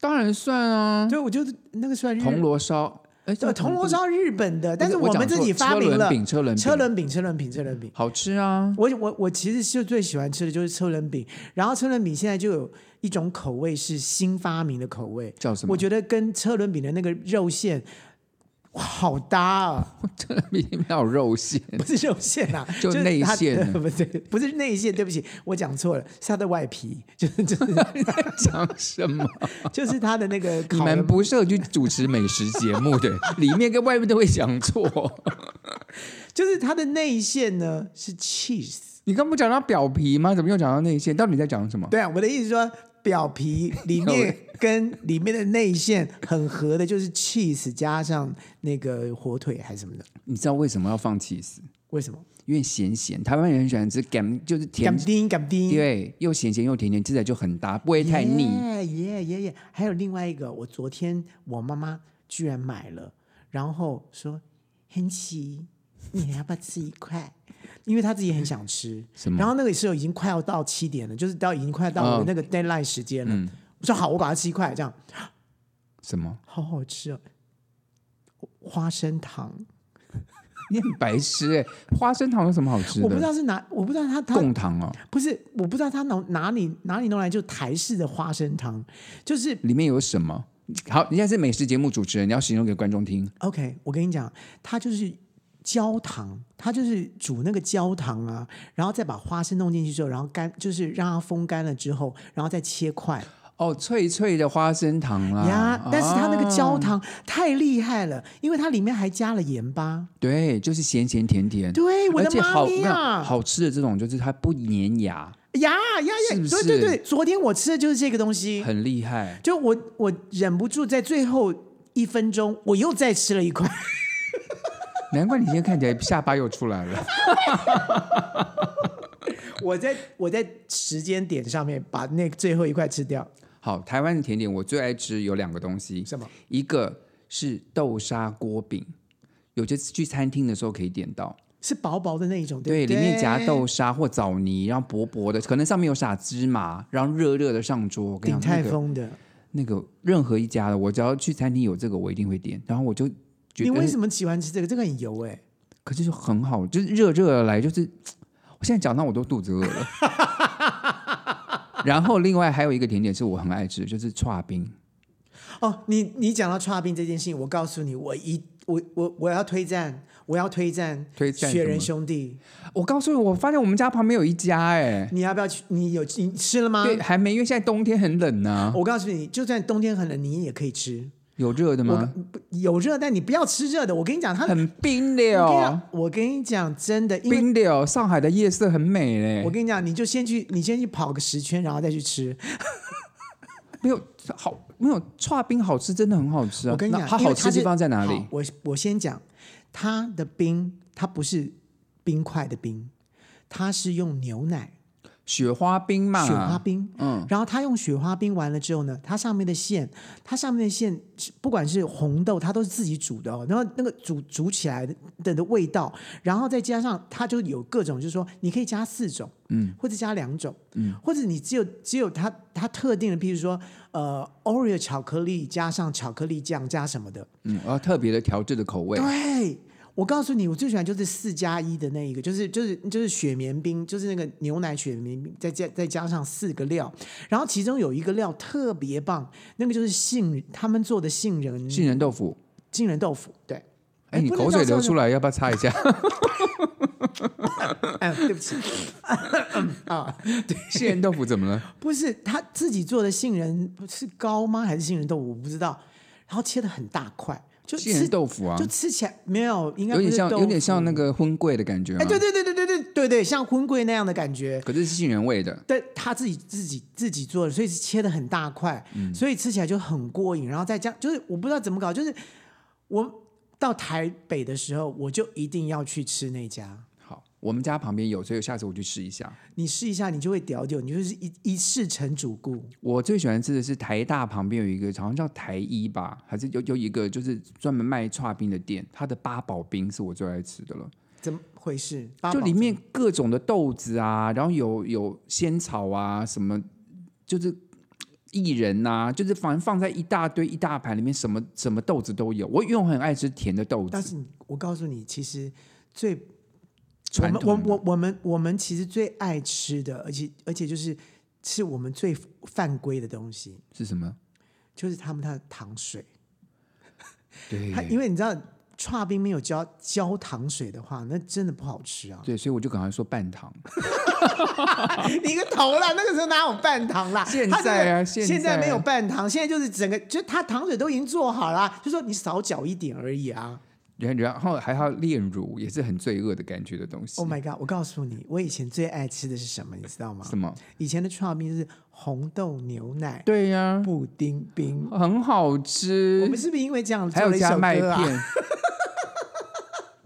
Speaker 2: 当然算啊，
Speaker 1: 对，我觉得那个算日
Speaker 2: 铜锣烧。哎，
Speaker 1: 呃铜锣烧日本的，但是
Speaker 2: 我
Speaker 1: 我们自己发明
Speaker 2: 车轮
Speaker 1: 了
Speaker 2: 饼，车轮饼，
Speaker 1: 车轮饼，车轮饼，车轮饼。
Speaker 2: 好吃啊。
Speaker 1: 我我我其实就最喜欢吃的就是车轮饼，然后车轮饼现在就有一种口味是新发明的口味，
Speaker 2: 叫什么？
Speaker 1: 我觉得跟车轮饼的那个肉馅哇好搭 啊，
Speaker 2: 这里面有肉馅，
Speaker 1: 不是肉馅啊，
Speaker 2: 就是内
Speaker 1: 它
Speaker 2: 馅啊
Speaker 1: 不对，不是内馅，对不起，我讲错了，是它的外皮，就是 就是
Speaker 2: 讲什 么？
Speaker 1: 就是它的那个
Speaker 2: 你
Speaker 1: 烤的
Speaker 2: 们不适合去主持美食节目 的，里面跟外面都会讲错。
Speaker 1: 就是它的内馅呢是 cheese。
Speaker 2: 你刚不讲到表皮吗？怎么又讲到内馅？到底在讲什么？
Speaker 1: 对啊，我的意思说，表皮里 面跟里面的内馅很合的，就是 cheese 加上那个火腿还是什么的。
Speaker 2: 你知道为什么要放 cheese？
Speaker 1: 为什么？
Speaker 2: 因为咸咸，台湾人很喜欢吃甘，就是甜
Speaker 1: 敢，丁敢丁，
Speaker 2: 对，又咸咸又甜甜，吃起来就很搭，不会太腻。
Speaker 1: 耶耶耶！还有另外一个，我昨天我妈妈居然买了，然后说：“很奇，你要不要吃一块？”因为她自己也很想吃。
Speaker 2: 什么
Speaker 1: 然后那个时候已经快要到七点了，就是到已经快要到
Speaker 2: 哦
Speaker 1: 我那个 deadline 时间了。
Speaker 2: 嗯
Speaker 1: 我说：“好，我把它吃一块。”这样
Speaker 2: 什么？
Speaker 1: 好好吃哦，花生糖，
Speaker 2: 你很白痴哎、花生糖有什么好吃的？
Speaker 1: 我不知道是哪，我不知道它它
Speaker 2: 贡糖哦，
Speaker 1: 不是，我不知道它哪哪里哪里弄来就台式的花生糖，就是
Speaker 2: 里面有什么？好，你现在是美食节目主持人，你要形容给观众听。
Speaker 1: OK，我跟你讲，它就是焦糖，它就是煮那个焦糖啊，然后再把花生弄进去之后，然后干就是让它风干了之后，然后再切块
Speaker 2: 哦，脆脆的花生糖啊啦。
Speaker 1: 呀。但是它那个焦
Speaker 2: 哦
Speaker 1: 糖太厉害了，因为它里面还加了盐巴。
Speaker 2: 对，就是咸咸甜甜。
Speaker 1: 对，我
Speaker 2: 而
Speaker 1: 的
Speaker 2: 且
Speaker 1: 妈
Speaker 2: 好
Speaker 1: 咪
Speaker 2: 那
Speaker 1: 啊！
Speaker 2: 好吃的这种就是它不粘牙，
Speaker 1: 呀呀呀！
Speaker 2: 是不
Speaker 1: 对对
Speaker 2: 是
Speaker 1: 对，昨天我吃的就是这个东西，
Speaker 2: 很厉害。
Speaker 1: 就我我忍不住在最后一分钟，我又再吃了一块。
Speaker 2: 难怪你今天看起来下巴又出来了。
Speaker 1: 我在我在时间点上面把那最后一块吃掉，
Speaker 2: 好，台湾的甜点我最爱吃有两个东西，
Speaker 1: 什么？
Speaker 2: 一个是豆沙锅饼，有些去餐厅的时候可以点到，
Speaker 1: 是薄薄的那一种，
Speaker 2: 对，
Speaker 1: 不对
Speaker 2: 里面夹豆沙或枣泥，然后薄薄的，可能上面有撒芝麻，然后热热的上桌。我跟
Speaker 1: 鼎
Speaker 2: 你讲，
Speaker 1: 泰
Speaker 2: 那个
Speaker 1: 丰的。
Speaker 2: 那个任何一家的，我只要去餐厅有这个，我一定会点。然后我就觉
Speaker 1: 你
Speaker 2: 得哎
Speaker 1: 为，什么喜欢吃这个？这个很油哎、
Speaker 2: 可是就很好，就是热热的来，就是我现在讲到我都肚子饿了。然后另外还有一个甜点是我很爱吃的，就是串冰。
Speaker 1: 哦，你你讲到刨冰这件事情，我告诉你，我一我我我要推荐，我要推荐
Speaker 2: 推荐
Speaker 1: 雪
Speaker 2: 什
Speaker 1: 人
Speaker 2: 么
Speaker 1: 兄弟，
Speaker 2: 我告诉你，我发现我们家旁边有一家、哎、
Speaker 1: 你要不要去？你有你吃了吗？
Speaker 2: 对，还没，因为现在冬天很冷呢、
Speaker 1: 嗯我告诉你，就算冬天很冷，你也可以吃。
Speaker 2: 有热的
Speaker 1: 我
Speaker 2: 吗？
Speaker 1: 不有热，但你不要吃热的。我跟你讲，他
Speaker 2: 很冰
Speaker 1: 我跟你
Speaker 2: 的哦
Speaker 1: 讲，我跟你讲，真的，因为
Speaker 2: 冰的哦，上海的夜色很美嘞。
Speaker 1: 我跟你讲，你就先去，你先去跑个十圈，然后再去吃。
Speaker 2: 没有好，没有串冰好吃，真的很好吃啊！
Speaker 1: 我跟你
Speaker 2: 那
Speaker 1: 讲，
Speaker 2: 它
Speaker 1: 因
Speaker 2: 好
Speaker 1: 为
Speaker 2: 吃
Speaker 1: 它
Speaker 2: 的
Speaker 1: 是
Speaker 2: 地方在哪里
Speaker 1: 好？我我先讲，它的冰，它不是冰块的冰，它是用牛奶
Speaker 2: 雪花冰嘛，
Speaker 1: 雪花冰。
Speaker 2: 嗯，
Speaker 1: 然后它用雪花冰完了之后呢，它上面的馅，它上面的馅是不管是红豆，它都是自己煮的哦。然后那个煮煮起来的的的味道，然后再加上它就有各种，就是说你可以加四种，嗯，或者加两种，嗯，或者你只有只有它它特定的，譬如说呃 Oreo 巧克力加上巧克力酱加什么的，
Speaker 2: 嗯，然后特别的调制的口味，
Speaker 1: 对，啊我告诉你，我最喜欢就是四加一的那一个，就是就是就是雪绵冰，就是那个牛奶雪绵冰，再加再加上四个料，然后其中有一个料特别棒，那个就是杏他们做的杏仁
Speaker 2: 杏仁豆腐。
Speaker 1: 杏仁豆腐， 对。
Speaker 2: 哎，你
Speaker 1: 不能
Speaker 2: 口水
Speaker 1: 叫
Speaker 2: 流
Speaker 1: 杏
Speaker 2: 出来，要不要擦 一下？
Speaker 1: 仁，哎，对不起，
Speaker 2: 杏仁豆腐怎么了？
Speaker 1: 不是他自己做的杏仁是糕吗？还是杏仁豆腐？我不知道。然后切的很大块，就
Speaker 2: 杏
Speaker 1: 吃
Speaker 2: 仁豆腐啊
Speaker 1: 就，吃起来没有，应该
Speaker 2: 有
Speaker 1: 不
Speaker 2: 点
Speaker 1: 是
Speaker 2: 像
Speaker 1: 豆
Speaker 2: 有点像
Speaker 1: 腐
Speaker 2: 那个荤桂的感觉嘛
Speaker 1: 哎，，对对对对对对对对，像荤桂那样的感觉。
Speaker 2: 可是是杏仁味的。
Speaker 1: 但他自己自己自己做的，所以是切的很大块，
Speaker 2: 嗯
Speaker 1: 所以吃起来就很过瘾。然后再加，就是我不知道怎么搞，就是我到台北的时候，我就一定要去吃那家。
Speaker 2: 好，我们家旁边有，所以下次我去试一下。
Speaker 1: 你试一下，你就会屌屌，你就是一一试成主顾。
Speaker 2: 我最喜欢吃的是台大旁边有一个好像叫台一吧，还是有有一个就是专门卖串冰的店，它的八宝冰是我最爱吃的了。
Speaker 1: 怎么回事？八
Speaker 2: 就
Speaker 1: 宝
Speaker 2: 里面各种的豆子啊，然后有有仙草啊，什么就是薏仁呐、就是反正放在一大堆一大盘里面，什么什么豆子都有。我因为我很爱吃甜的豆
Speaker 1: 但
Speaker 2: 子，
Speaker 1: 是你我告诉你，其实最我
Speaker 2: 传
Speaker 1: 们我
Speaker 2: 统的
Speaker 1: 我我们我们其实最爱吃的，而且而且就是是我们最犯规的东西，
Speaker 2: 是什么？
Speaker 1: 就是他们他的糖水。
Speaker 2: 对
Speaker 1: 它，因为你知道，刨冰没有浇浇糖水的话，那真的不好吃 啊！
Speaker 2: 对，所以我就赶快说半糖。
Speaker 1: 你个头啦，那个时候哪有半糖啦？
Speaker 2: 现
Speaker 1: 它这个
Speaker 2: 在啊
Speaker 1: 现
Speaker 2: 现
Speaker 1: 在
Speaker 2: 在
Speaker 1: 没有半糖，现在就是整个，就它糖水都已经做好啦，就说你少搅一点而已啊。
Speaker 2: 然然后还要炼乳，也是很罪恶的感觉的东西。
Speaker 1: Oh my god！我告诉你，我以前最爱吃的是什么，你知道吗？
Speaker 2: 什么？
Speaker 1: 以前的创冰是红豆牛奶
Speaker 2: 对呀、
Speaker 1: 布丁冰。
Speaker 2: 很好
Speaker 1: 我
Speaker 2: 吃
Speaker 1: 们，是不是因为这样
Speaker 2: 嗯还
Speaker 1: 做
Speaker 2: 有
Speaker 1: 了一
Speaker 2: 加
Speaker 1: 首
Speaker 2: 麦
Speaker 1: 歌啊？
Speaker 2: 片。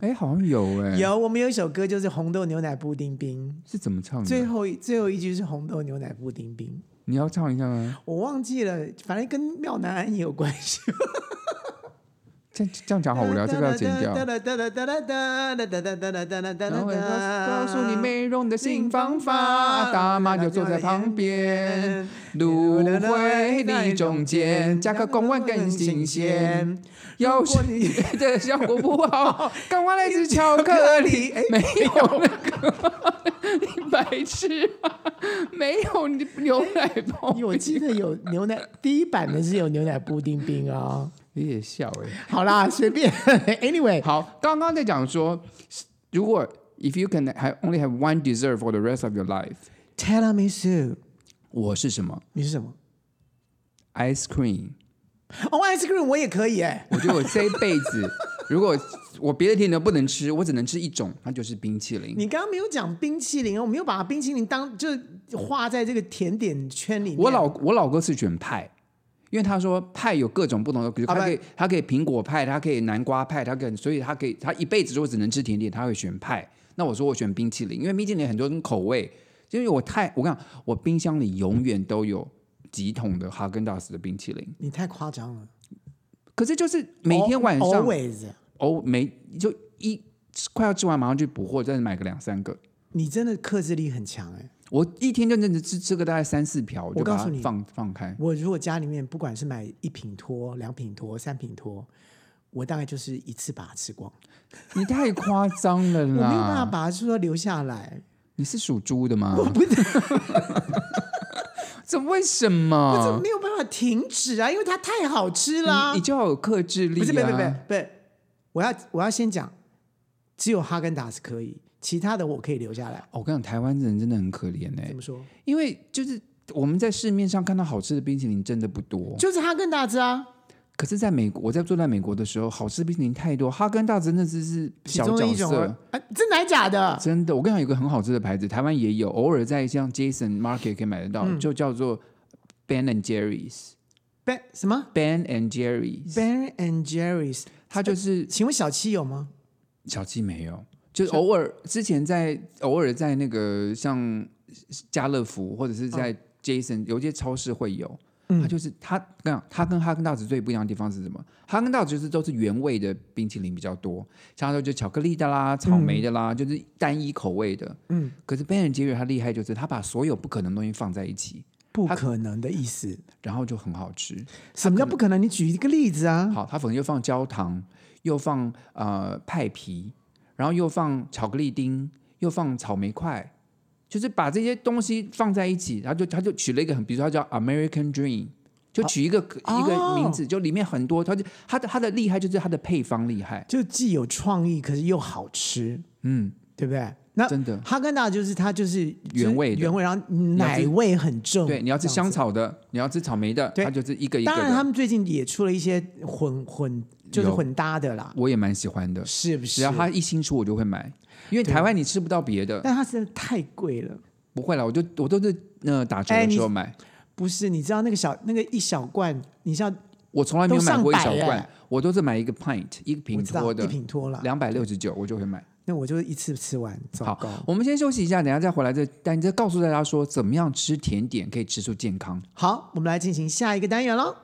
Speaker 2: 哎，好像有哎、
Speaker 1: 有，我们有一首歌就是红豆牛奶布丁冰，
Speaker 2: 是怎么唱
Speaker 1: 最
Speaker 2: 的？
Speaker 1: 后一最后一句是红豆牛奶布丁冰，
Speaker 2: 你要唱一下吗？
Speaker 1: 我忘记了，反正跟妙南安也有关系。
Speaker 2: 这样这样讲好无聊，这个要剪掉。然后我告诉你美容的新方法，啊大妈就坐在旁边，芦荟立中间，价格公万更新鲜。。要是你 觉得效果不 好，赶快来吃巧克力。 没有那个， 你白痴、啊，没有你牛奶泡
Speaker 1: 哎我记得有牛奶，第一版的是有牛奶布丁冰哦。
Speaker 2: 你也笑哎、
Speaker 1: 好啦，随便。Anyway，
Speaker 2: 好，刚刚在讲说，如果 if you can have only have one dessert for the rest of your life，
Speaker 1: tiramisu，
Speaker 2: 我是什么
Speaker 1: 你是什么？
Speaker 2: ？ice cream。
Speaker 1: 哦，ice cream 我也可以哎。
Speaker 2: 我觉得我这一 辈子，如果我别的甜的不能吃，我只能吃一种，那就是冰淇淋。
Speaker 1: 你刚刚没有讲冰淇淋，我没有把冰淇淋当就是划在这个甜点圈里面。
Speaker 2: 我老我老哥是选派，因为他说派有各种不同的，比如
Speaker 1: 好吧
Speaker 2: 他可以他可以苹果派，他可以南瓜派，他可以，所以他可以他一辈子如果只能吃甜点，他会选派。那我说我选冰淇淋，因为冰淇淋很多种口味，因为我太我跟你讲，我冰箱里永远都有几桶的哈根达斯的冰淇淋，
Speaker 1: 你太夸张了，
Speaker 2: 可是就是每天晚上
Speaker 1: always，
Speaker 2: 哦每就一快要吃完马上去补货，再买个两三个。
Speaker 1: 你真的克制力很强哎。
Speaker 2: 我一天就认真吃吃个大概三四瓢，我就
Speaker 1: 我告
Speaker 2: 把
Speaker 1: 诉
Speaker 2: 它
Speaker 1: 你
Speaker 2: 放放开。
Speaker 1: 我如果家里面不管是买一品脱、两品脱、三品脱，我大概就是一次把它吃光，
Speaker 2: 你太夸张了
Speaker 1: 我没有办法
Speaker 2: 啦！
Speaker 1: 把它说留下来。
Speaker 2: 你是属猪的吗
Speaker 1: 我？不是，
Speaker 2: 这为什
Speaker 1: 我怎么
Speaker 2: 么？
Speaker 1: 没有办法停止啊？因为它太好吃啦
Speaker 2: 你你。就要有克制力、
Speaker 1: 不
Speaker 2: 啊。
Speaker 1: 是，不是，不是，不是，我要我要先讲，只有哈根达斯可以，其他的我可以留下来。
Speaker 2: 哦我跟你讲，台湾人真的很可怜哎、
Speaker 1: 怎么说？
Speaker 2: 因为就是我们在市面上看到好吃的冰淇淋真的不多，
Speaker 1: 就是哈根达斯啊，
Speaker 2: 可是在美国，我在住在美国的时候，好吃的冰淇淋太多，哈根达斯真的是是
Speaker 1: 其
Speaker 2: 小
Speaker 1: 中的
Speaker 2: 角
Speaker 1: 一种而
Speaker 2: 色。
Speaker 1: 啊，真的还假的？
Speaker 2: 真的，我跟你讲，有个很好吃的牌子，台湾也有，偶尔在像 Jason Market 可以买得
Speaker 1: 嗯
Speaker 2: 到，就叫做 Ben and Jerry's。
Speaker 1: Ben 什么
Speaker 2: Ben and Jerry's，
Speaker 1: ？Ben and Jerry's，
Speaker 2: 它就是
Speaker 1: 请问小七有吗？
Speaker 2: 小七没有，就是偶尔之前在偶尔在那个像家乐福或者是在 Jason、有一些超市会有，它就是它跟你讲它跟哈根达斯最不一样的地方是什么？哈根达斯就是都是原味的冰淇淋比较多，像说就巧克力的啦、草莓的啦，就是单一口味的。嗯，可是 Ben and Jerry 它厉害就是它把所有不可能的东西放在一起，
Speaker 1: 不可能的意思。
Speaker 2: 然后就很好吃。
Speaker 1: 什么叫不可能？你举一个例子啊。
Speaker 2: 好，它可能又放焦糖，又放呃派皮，然后又放巧克力丁，又放草莓块，就是把这些东西放在一起，然后就它就取了一个很，比如说它叫 American Dream。就取一个、
Speaker 1: 哦
Speaker 2: 一个名字，就里面很多，它就它的它的厉害就是它的配方厉害，
Speaker 1: 就既有创意，可是又好吃，
Speaker 2: 嗯，
Speaker 1: 对不对？那
Speaker 2: 真的
Speaker 1: 哈根达斯就是它就是
Speaker 2: 原味的
Speaker 1: 就是原味，然后
Speaker 2: 要吃
Speaker 1: 奶味很重。
Speaker 2: 对，你要吃
Speaker 1: 嗯这样
Speaker 2: 香
Speaker 1: 子。
Speaker 2: 草的，你要吃草莓的，
Speaker 1: 对
Speaker 2: 它就是一个一个
Speaker 1: 当然，他
Speaker 2: 的，
Speaker 1: 们最近也出了一些混混，就是
Speaker 2: 有
Speaker 1: 混搭的啦，
Speaker 2: 我也蛮喜欢的，
Speaker 1: 是不是？
Speaker 2: 只要它一新出我就会买，因为台湾你吃不到别的，
Speaker 1: 但它实在太贵了。
Speaker 2: 不会啦，我就我都是呃打折
Speaker 1: 哎
Speaker 2: 的
Speaker 1: 你
Speaker 2: 时候买，
Speaker 1: 不是，你知道那个小那个一小罐，你像
Speaker 2: 我从来没有买过一小
Speaker 1: 都上百
Speaker 2: 罐
Speaker 1: 耶，
Speaker 2: 我都是买一个 pint 一个
Speaker 1: 我
Speaker 2: 瓶
Speaker 1: 知道
Speaker 2: 托
Speaker 1: 一
Speaker 2: 的，
Speaker 1: 品脱了，
Speaker 2: 两百六十九我就会买。
Speaker 1: 那我就一次吃完，糟糕。
Speaker 2: 我们先休息一下，等一下再回来再，但你再告诉大家说怎么样吃甜点可以吃出健康。
Speaker 1: 好，我们来进行下一个单元喽。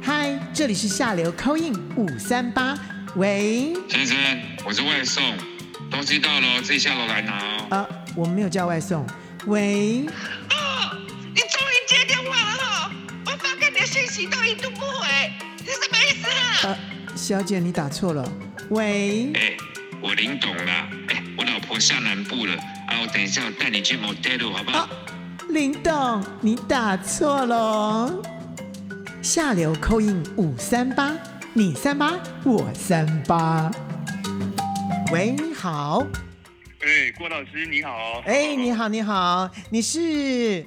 Speaker 1: 嗨，这里是下流 c in 五三八，喂，
Speaker 3: 先生，我是外送，东西到了哦自己下楼来拿哦。
Speaker 1: 啊，我们没有叫外送，喂，
Speaker 4: 哦，你终于接电话了哈、我发给你的信息都一度不回，你什么意思啊？
Speaker 1: 呃，小姐你打错了，喂，
Speaker 3: 哎、我林董啦，哎、我老婆下南部了，啊，我等一下我带你去 motel 好不好
Speaker 1: 啊？林董你打错了哦，下流 c in 五三八，你三八我三八，喂，好，
Speaker 5: 哎，郭老师你好。
Speaker 1: 哎，你，好，你好，你是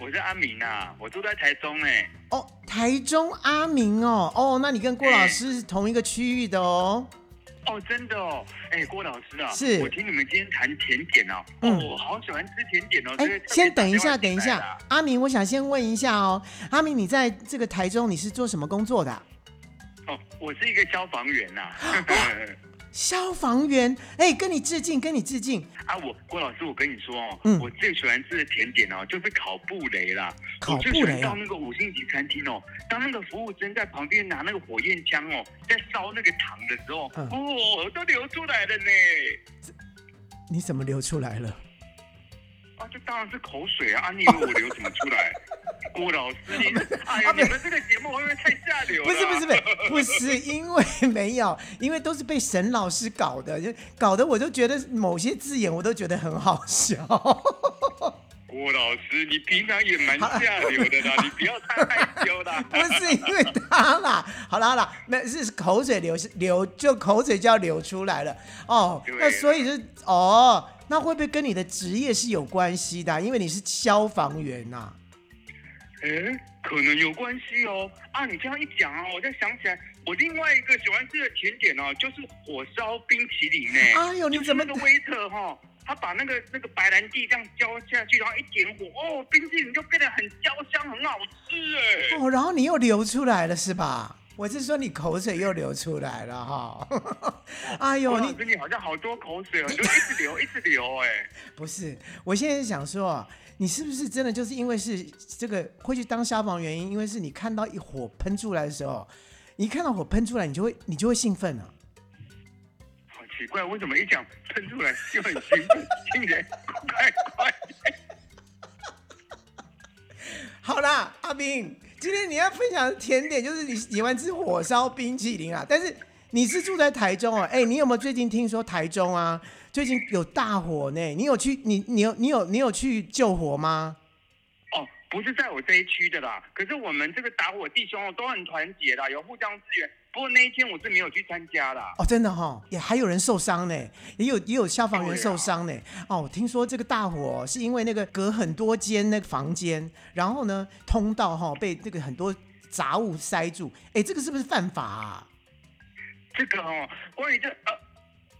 Speaker 5: 我是阿明啊，我住在台中哎。
Speaker 1: 哦，台中阿明哦，哦，那你跟郭老师是同一个区域的哦。
Speaker 5: 哦，真的哦，哎，郭老师啊，
Speaker 1: 是
Speaker 5: 我听你们今天谈甜点哦，
Speaker 1: 嗯
Speaker 5: 哦，我好喜欢吃甜点哦。所以
Speaker 1: 哎
Speaker 5: 特，别
Speaker 1: 先等一
Speaker 5: 打电
Speaker 1: 下，
Speaker 5: 话
Speaker 1: 等一
Speaker 5: 进来
Speaker 1: 下
Speaker 5: 啦，
Speaker 1: 阿明，我想先问一下哦，阿明，你在这个台中你是做什么工作的啊、
Speaker 5: 哦，我是一个消防员 呐、啊。
Speaker 1: 消防员，哎，跟你致敬，跟你致敬。
Speaker 5: 啊我郭老师，我跟你说哦，
Speaker 1: 嗯
Speaker 5: 我最喜欢吃的甜点哦，就是烤布雷啦。
Speaker 1: 烤
Speaker 5: 我最
Speaker 1: 布
Speaker 5: 喜欢
Speaker 1: 雷
Speaker 5: 到
Speaker 1: 啊，
Speaker 5: 那个五星级餐厅哦，当那个服务生在旁边拿那个火焰枪哦，在烧那个糖的时候，
Speaker 1: 嗯
Speaker 5: 哦，我都流出来了呢。
Speaker 1: 你怎么流出来了？
Speaker 5: 啊，这当然是口水啊！啊，你以为我流怎么出来？郭老师，你 哎呀，你们这个节目会不会太下流了？
Speaker 1: 啊不是不是不是不是，因为没有，因为都是被沈老师搞的，就搞得我都觉得某些字眼我都觉得很好笑。
Speaker 5: 郭老师，你平常也蛮下流的啦，你不要太害羞 啦。
Speaker 1: 不是因为他啦， 好啦好啦，那是口水流流，就口水就要流出来了哦
Speaker 5: 对。
Speaker 1: 那所以是哦，那会不会跟你的职业是有关系的啊、因为你是消防员呐、
Speaker 5: 哎，可能有关系哦。啊，你这样一讲啊，我就想起来，我另外一个喜欢吃的甜点哦，就是火烧冰淇淋呢。
Speaker 1: 哎呦，你
Speaker 5: 就是
Speaker 1: 怎么
Speaker 5: 那个威特哈、他把那个那个白兰地这样浇下去，然后一点火，哦，冰淇淋就变得很焦香，很好吃哎。
Speaker 1: 哦？然后你又流出来了是吧？我是说你口水又流出来了哈、哎
Speaker 5: 郭
Speaker 1: 呦，
Speaker 5: 老
Speaker 1: 你
Speaker 5: 师，你好像好多口 水哦，你就一直流，一直流，哎，
Speaker 1: 不是，我现在是想说啊，你是不是真的就是因为是这个会去当消防原因，因为是你看到一火喷出来的时候，你一看到火喷出来，你就会你就会兴奋啊。
Speaker 5: 好奇怪，为什么一讲喷出来就很兴奋，听起来怪怪的？
Speaker 1: 好啦，阿斌，今天你要分享的甜点就是你喜欢吃火烧冰淇淋啊，但是你是住在台中哦，哎、你有没有最近听说台中啊，最近有大火呢？你有去你你有你有你有去救火吗？
Speaker 5: 哦，不是在我这一区的啦，可是我们这个打火弟兄哦都很团结啦，有互相支援。不过那一天我是没有去参加啦。
Speaker 1: 哦，真的哈、哦，也还有人受伤呢，也有也有消防员
Speaker 5: 对啊
Speaker 1: 受伤呢。哦，我听说这个大火、是因为那个隔很多间那个房间，然后呢通道哈、被那个很多杂物塞住，哎，这个是不是犯法啊？
Speaker 5: 这个哦，关于这呃。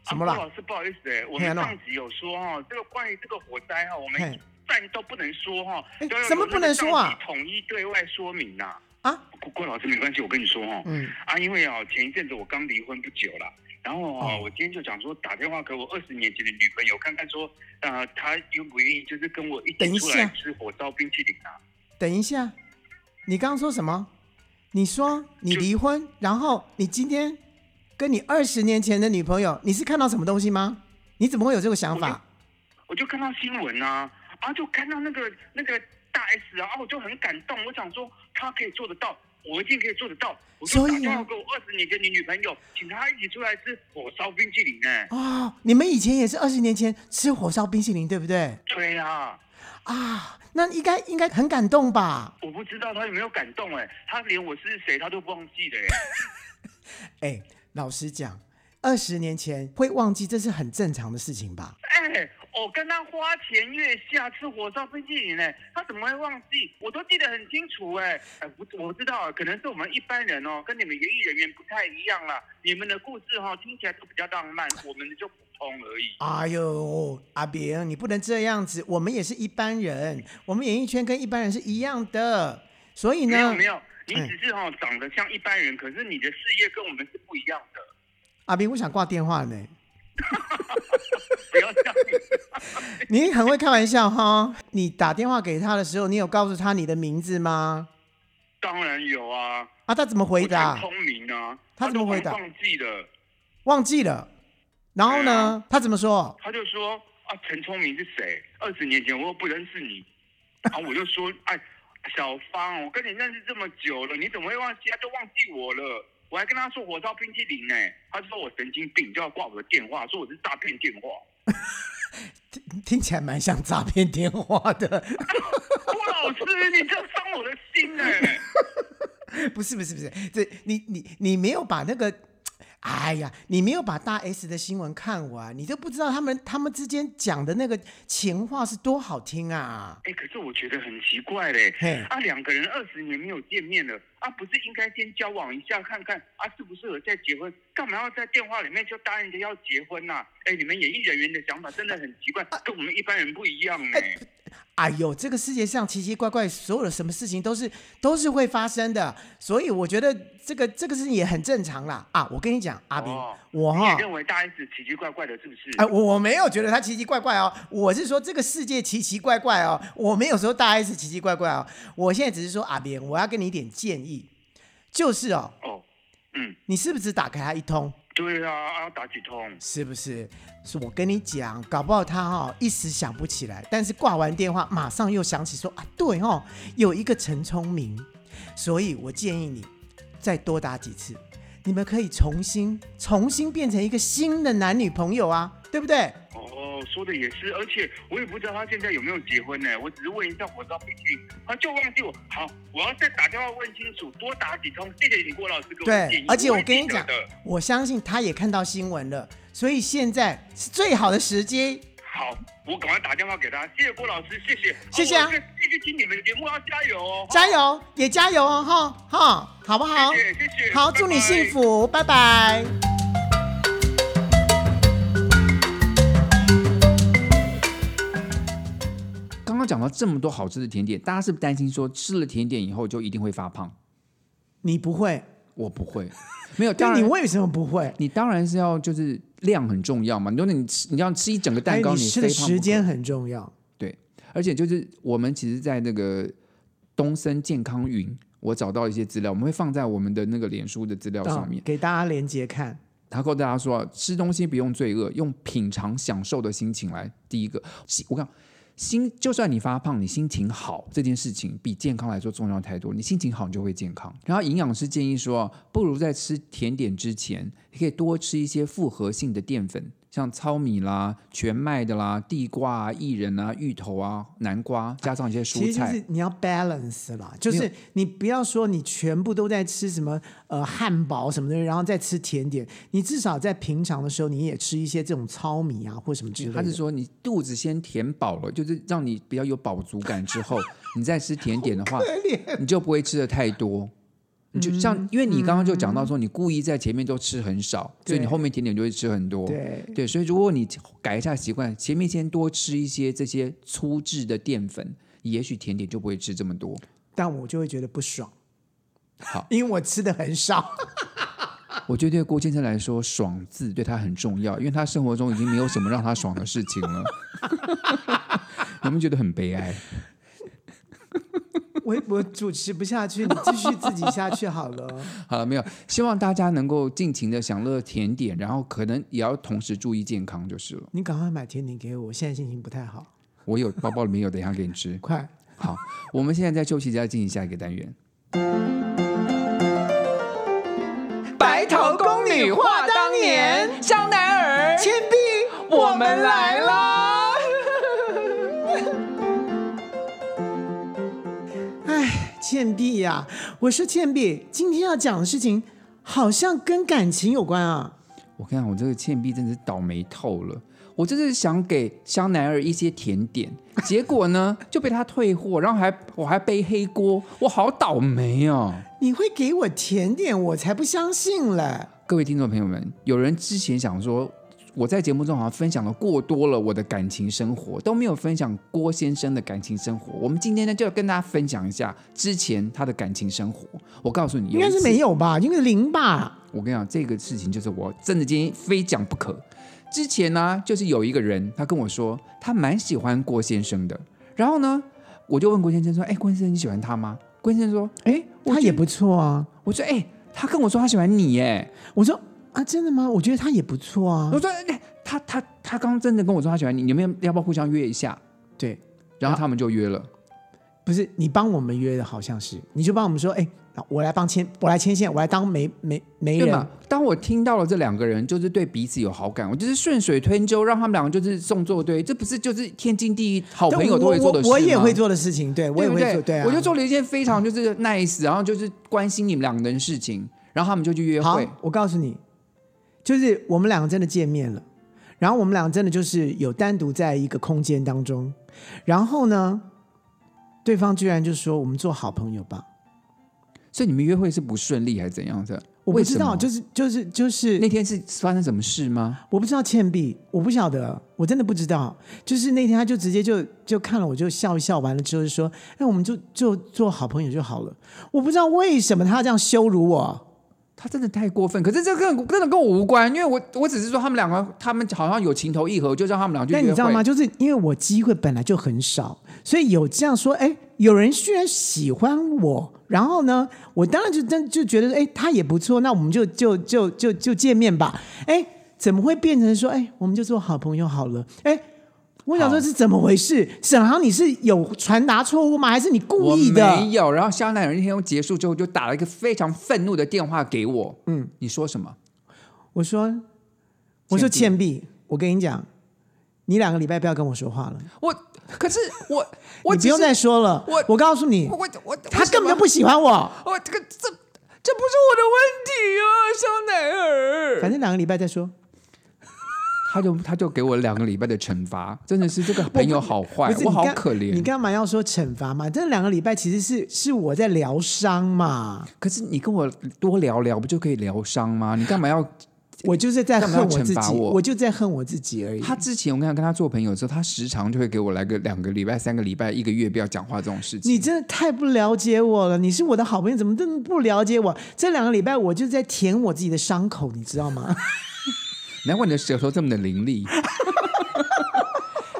Speaker 1: 什么啦
Speaker 5: 啊郭老师，不好意思哎、我
Speaker 1: 嘿
Speaker 5: 们
Speaker 1: 喏
Speaker 5: 上集有说哦，这个关于这个火灾哈、哦，我们
Speaker 1: 嘿
Speaker 5: 一半都不能说哈、
Speaker 1: 哎
Speaker 5: 都要
Speaker 1: 什么
Speaker 5: 由
Speaker 1: 不能说啊
Speaker 5: 上级统一对外说明呐、
Speaker 1: 啊，
Speaker 5: 郭郭老师没关系，我跟你说哦，
Speaker 1: 嗯，
Speaker 5: 啊，因为哦，前一阵子我刚离婚不久啦，然后哦，
Speaker 1: 哦
Speaker 5: 我今天就想说打电话给我二十年前的女朋友，看看说，啊、她愿不愿意就是跟我一
Speaker 1: 等一
Speaker 5: 起出来
Speaker 1: 下
Speaker 5: 吃火烧冰淇淋啊？
Speaker 1: 等一下，你刚刚说什么？你说你
Speaker 5: 就
Speaker 1: 离婚，然后你今天跟你二十年前的女朋友，你是看到什么东西吗？你怎么会有这个想
Speaker 5: 我就
Speaker 1: 法？
Speaker 5: 我就看到新闻啊，啊，就看到那个那个大 S 啊，啊，我就很感动，我想说她可以做得到，我一定可以做得到。我就
Speaker 1: 所以啊
Speaker 5: 打电话给我二十年前的女朋友，请她一起出来吃火烧冰淇淋呢、
Speaker 1: 哦，你们以前也是二十年前吃火烧冰淇淋，对不对？
Speaker 5: 对啊，
Speaker 1: 啊，那应该应该很感动吧？
Speaker 5: 我不知道她有没有感动哎、她连我是谁她都忘记了哎、
Speaker 1: 哎，老实讲，二十年前会忘记，这是很正常的事情吧？
Speaker 5: 哎，我跟他花前月下吃火烧冰淇淋呢，他怎么会忘记？我都记得很清楚哎。哎，我我知道，可能是我们一般人哦，跟你们演艺人员不太一样啦。你们的故事哈、哦、听起来都比较浪漫，我们就普通而已。
Speaker 1: 哎呦，阿炳，你不能这样子，我们也是一般人，我们演艺圈跟一般人是一样的，所以呢，
Speaker 5: 没有没有，你
Speaker 1: 哎
Speaker 5: 只是哈、哦、长得像一般人，可是你的事业跟我们是不一样 的。
Speaker 1: 阿斌，我想挂电话呢。
Speaker 5: 不要这样，
Speaker 1: 你很会开玩笑哈！你打电话给他的时候，你有告诉他你的名字吗？
Speaker 5: 当然有啊，
Speaker 1: 啊，他怎么回
Speaker 5: 我
Speaker 1: 答
Speaker 5: 很？聪明啊，
Speaker 1: 他怎么回答
Speaker 5: 他都忘记了，
Speaker 1: 忘记了。然后呢？他怎么说？
Speaker 5: 他就说啊，陈聪明是谁？二十年前我又不认识你，啊，我就说哎，小芳，我跟你认识这么久了，你怎么会忘记？他就忘记我了。我还跟他说火烧冰淇淋呢、他说我神经病，就要挂我的电话，说我是诈骗电话。
Speaker 1: 听听起来蛮像诈骗电话的。
Speaker 5: 郭老师，你这伤我的心哎、
Speaker 1: 不是不是不是，这你你你没有把那个，哎呀，你没有把大 S 的新闻看完，你都不知道他们他们之间讲的那个情话是多好听啊！
Speaker 5: 哎、可是我觉得很奇怪嘞、
Speaker 1: 嘿
Speaker 5: 啊，两个人二十年没有见面了，啊，不是应该先交往一下看看啊，适不适合再结婚？干嘛要在电话里面就答应着要结婚呐、哎，你们演艺人员的想法真的很奇怪，跟我们一般人不一样欸呢、
Speaker 1: 啊哎呦，这个世界上奇奇怪怪，所有的什么事情都是都是会发生的，所以我觉得这个这个事情也很正常啦。啊，我跟你讲，阿斌，
Speaker 5: 哦
Speaker 1: 我
Speaker 5: 你
Speaker 1: 哈
Speaker 5: 也，认为大 S 奇奇怪怪的，是不是？
Speaker 1: 哎，我我没有觉得他奇奇怪怪哦，我是说这个世界奇奇怪怪哦，我没有说大 S 奇奇怪怪哦，我现在只是说阿斌，我要给你一点建议，就是哦，
Speaker 5: 哦，嗯，
Speaker 1: 你是不是只打给他一通？
Speaker 5: 对啊，啊，打几通？
Speaker 1: 是不是？是我跟你讲，搞不好他哈、一时想不起来，但是挂完电话马上又想起说啊，对哦，有一个陈聪明，所以我建议你再多打几次，你们可以重新重新变成一个新的男女朋友啊，对不对？
Speaker 5: 哦，说的也是，而且我也不知道他现在有没有结婚呢，我只是问一下火烧冰淇淋，他就忘记我。好，我要再打电话问清楚，多打几通。谢谢你郭老师给我的建
Speaker 1: 对
Speaker 5: 议，
Speaker 1: 而且
Speaker 5: 我
Speaker 1: 我
Speaker 5: 会
Speaker 1: 跟你
Speaker 5: 记得
Speaker 1: 讲
Speaker 5: 的，
Speaker 1: 我相信他也看到新闻了，所以现在是最好的时机。
Speaker 5: 好，我赶快打电话给他。谢谢郭老师，谢谢，哦
Speaker 1: 谢谢啊
Speaker 5: 好我继续听你们的节目，要加油哦，
Speaker 1: 加油，也加油哦，哈哈，好不啊好？
Speaker 5: 谢谢谢谢，
Speaker 1: 好，
Speaker 5: 拜
Speaker 1: 祝你
Speaker 5: 拜
Speaker 1: 幸福，拜拜。
Speaker 2: 刚刚讲到这么多好吃的甜点，大家是不是担心说吃了甜点以后就一定会发胖？
Speaker 1: 你不会，
Speaker 2: 我 不会，没有。当
Speaker 1: 但你
Speaker 2: 然，
Speaker 1: 为什么不会？
Speaker 2: 你当然是要就是量很重要嘛。你说你吃，你要吃一整个蛋糕，
Speaker 1: 哎你
Speaker 2: 你
Speaker 1: 吃的
Speaker 2: 非胖不
Speaker 1: 时
Speaker 2: 可
Speaker 1: 间很重要。
Speaker 2: 对，而且就是我们其实，在那个东森健康云，我找到一些资料，我们会放在我们的那个脸书的资料上面
Speaker 1: 嗯。给大家连接看，
Speaker 2: 他告诉大家说啊，吃东西不用罪恶，用品尝享受的心情来。第一个，心我讲心，就算你发胖，你心情好这件事情比健康来说重要太多。你心情好，你就会健康。然后营养师建议说啊，不如在吃甜点之前，你可以多吃一些复合性的淀粉，像糙米啦、全麦的啦、地瓜啊、薏仁啊、芋头啊、南瓜，加上一些
Speaker 1: 其
Speaker 2: 蔬
Speaker 1: 实就
Speaker 2: 菜。
Speaker 1: 是你要 balance 啦，就是
Speaker 2: 有
Speaker 1: 你不要说你全部都在吃什么呃汉堡什么的，然后再吃甜点，你至少在平常的时候你也吃一些这种糙米啊或什么之类的。
Speaker 2: 嗯他是说，你肚子先填饱了，就是让你比较有饱足感之 后，你再吃甜点的话，你就不会吃的太多。你就像，
Speaker 1: 嗯
Speaker 2: 因为你刚刚就讲到说，你故意在前面都吃很少，所以你
Speaker 1: 对
Speaker 2: 后面甜点就会吃很多。
Speaker 1: 对
Speaker 2: 对，所以如果你改一下习惯，前面先多吃一些这些粗制的淀粉，也许甜点就不会吃这么多。
Speaker 1: 但我就会觉得不爽，
Speaker 2: 好
Speaker 1: 因为我吃的很少。啊
Speaker 2: 我觉得对郭先生来说，爽字对他很重要，因为他生活中已经没有什么让他爽的事情 了。我们觉得很悲哀。
Speaker 1: 我我主持不下去，你继续自己下去好 了。
Speaker 2: 好了，没有，希望大家能够尽情的享乐甜点，然后可能也要同时注意健康就是了。
Speaker 1: 你赶快买甜点给我，我现在心情不太好。
Speaker 2: 我有包包里面有，等一下给你吃。
Speaker 1: 快，
Speaker 2: 好，我们现在在休息一下，进行下一个单元。
Speaker 1: 白头宫女话当年，
Speaker 2: 香奈儿
Speaker 1: 铅笔，
Speaker 2: 我们来
Speaker 1: 啦！哎，倩碧呀、我说倩碧，今天要讲的事情好像跟感情有关啊。
Speaker 2: 我跟你讲，我这个倩碧真的是倒霉透了。我就是想给香奈儿一些甜点，结果呢就被他退货，然后还我还背黑锅，我好倒霉哦。
Speaker 1: 你会给我甜点，我才不相信嘞！
Speaker 2: 各位听众朋友们，有人之前想说我在节目中好像分享的过多了我的感情生活，都没有分享郭先生的感情生活。我们今天呢，就要跟大家分享一下之前他的感情生活。我告诉你，
Speaker 1: 应该是没
Speaker 2: 有一次。
Speaker 1: 有吧，应该是零吧。
Speaker 2: 我跟你讲，这个事情就是我真的今天非讲不可。之前呢、就是有一个人，他跟我说他蛮喜欢郭先生的，然后呢，我就问郭先生说：“哎，郭先生你喜欢他吗？”郭先生说
Speaker 1: 哎，他也不错啊。：“
Speaker 2: 我说哎，他跟我说他喜欢你耶。”
Speaker 1: 我说啊，真的吗？我觉得他也不错啊
Speaker 2: 我。说，哎他他他刚真的跟我说他喜欢你，你们要不要互相约一下？
Speaker 1: 对，
Speaker 2: 然后他们就约了。
Speaker 1: 不是你帮我们约的，好像是，你就帮我们说，哎，那我来帮牵，我来牵线，我来当媒媒媒
Speaker 2: 对
Speaker 1: 人
Speaker 2: 嘛。？当我听到了这两个人就是对彼此有好感，我就是顺水推舟，让他们两个就是送作堆，这不是就是天经地义，好朋友都会做的事
Speaker 1: 我我我也
Speaker 2: 吗
Speaker 1: 会，做的事情，对我也
Speaker 2: 对不
Speaker 1: 会
Speaker 2: 对？
Speaker 1: 做，对啊，
Speaker 2: 我就做了一件非常就是 nice，然后就是关心你们两个人的事情，然后他们就去约
Speaker 1: 好
Speaker 2: 会。，
Speaker 1: 我告诉你，就是我们两个真的见面了，然后我们两个真的就是有单独在一个空间当中，然后呢，对方居然就说我们做好朋友吧，
Speaker 2: 所以你们约会是不顺利还是怎样的？
Speaker 1: 我不
Speaker 2: 为什
Speaker 1: 知道，
Speaker 2: 么
Speaker 1: 就是就是就是
Speaker 2: 那天是发生什么事吗？
Speaker 1: 我不知道倩碧，我不晓得，我真的不知道。就是那天他就直接就就看了我就笑一笑，完了之后就说：“哎，我们就就做好朋友就好了。”我不知道为什么他要这样羞辱我，
Speaker 2: 他真的太过分，可是这个跟真的跟我无关，因为我我只是说他们两个，他们好像有情投意合，就让他们俩去约
Speaker 1: 但
Speaker 2: 会。
Speaker 1: 你知道吗？？就是因为我机会本来就很少，所以有这样说，哎，有人居然喜欢我，然后呢，我当然就真就觉得，哎，他也不错，那我们就就就就就见面吧。哎，怎么会变成说，哎，我们就做好朋友好了？哎。我想说
Speaker 2: 好
Speaker 1: 是怎么回事？沈航，你是有传达错误吗？还是你故
Speaker 2: 我
Speaker 1: 意的？
Speaker 2: 没有。然后香奈儿那天结束之后，就打了一个非常愤怒的电话给我。嗯，你说什么？
Speaker 1: 我说，我说倩碧，我跟你讲，你两个礼拜不要跟我说话了，
Speaker 2: 我可是 我我
Speaker 1: 你不用
Speaker 2: 只是
Speaker 1: 再说了。
Speaker 2: 我
Speaker 1: 我告诉你
Speaker 2: 我，我我
Speaker 1: 他根本就不喜欢我。
Speaker 2: 我这个这这不是我的问题啊，香奈儿。
Speaker 1: 反正两个礼拜再说。
Speaker 2: 他就他就给我两个礼拜的惩罚，真的是这个朋友好坏
Speaker 1: 不，是
Speaker 2: 我
Speaker 1: 你
Speaker 2: 好
Speaker 1: 干
Speaker 2: 可怜。
Speaker 1: 你干嘛要说惩罚嘛？这两个礼拜其实是是我在疗伤嘛，
Speaker 2: 可是你跟我多聊聊，不就可以疗伤吗？你干嘛要？
Speaker 1: 我就是在
Speaker 2: 干嘛要
Speaker 1: 恨我自
Speaker 2: 惩罚
Speaker 1: 己，
Speaker 2: 我
Speaker 1: 我就在恨我自己而已。
Speaker 2: 他之前我跟他跟他做朋友之后，他时常就会给我来个两个礼拜、三个礼拜、一个月不要讲话这种事情。
Speaker 1: 你真的太不了解我了，你是我的好朋友，怎么这么不了解我？这两个礼拜我就在舔我自己的伤口，你知道 吗？
Speaker 2: 难怪你的舌头这么的伶 俐。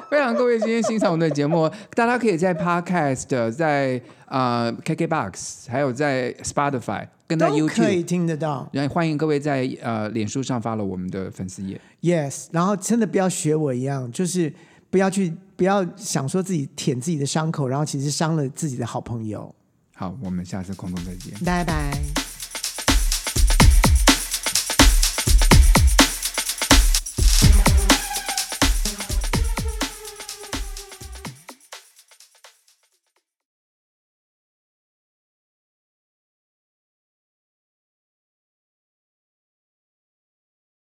Speaker 2: 非常各位今天欣赏我们的节目，大家可以在 Podcast、在呃 KKBox，还有在 Spotify 跟在
Speaker 1: 都可
Speaker 2: YouTube，
Speaker 1: 以听得到。
Speaker 2: 然后欢迎各位在呃脸书上发了我们的粉丝页。
Speaker 1: Yes，然后真的不要学我一样，就是不要去不要想说自己舔自己的伤口，然后其实伤了自己的好朋友。
Speaker 2: 好，我们下次空中再见。
Speaker 1: 拜拜。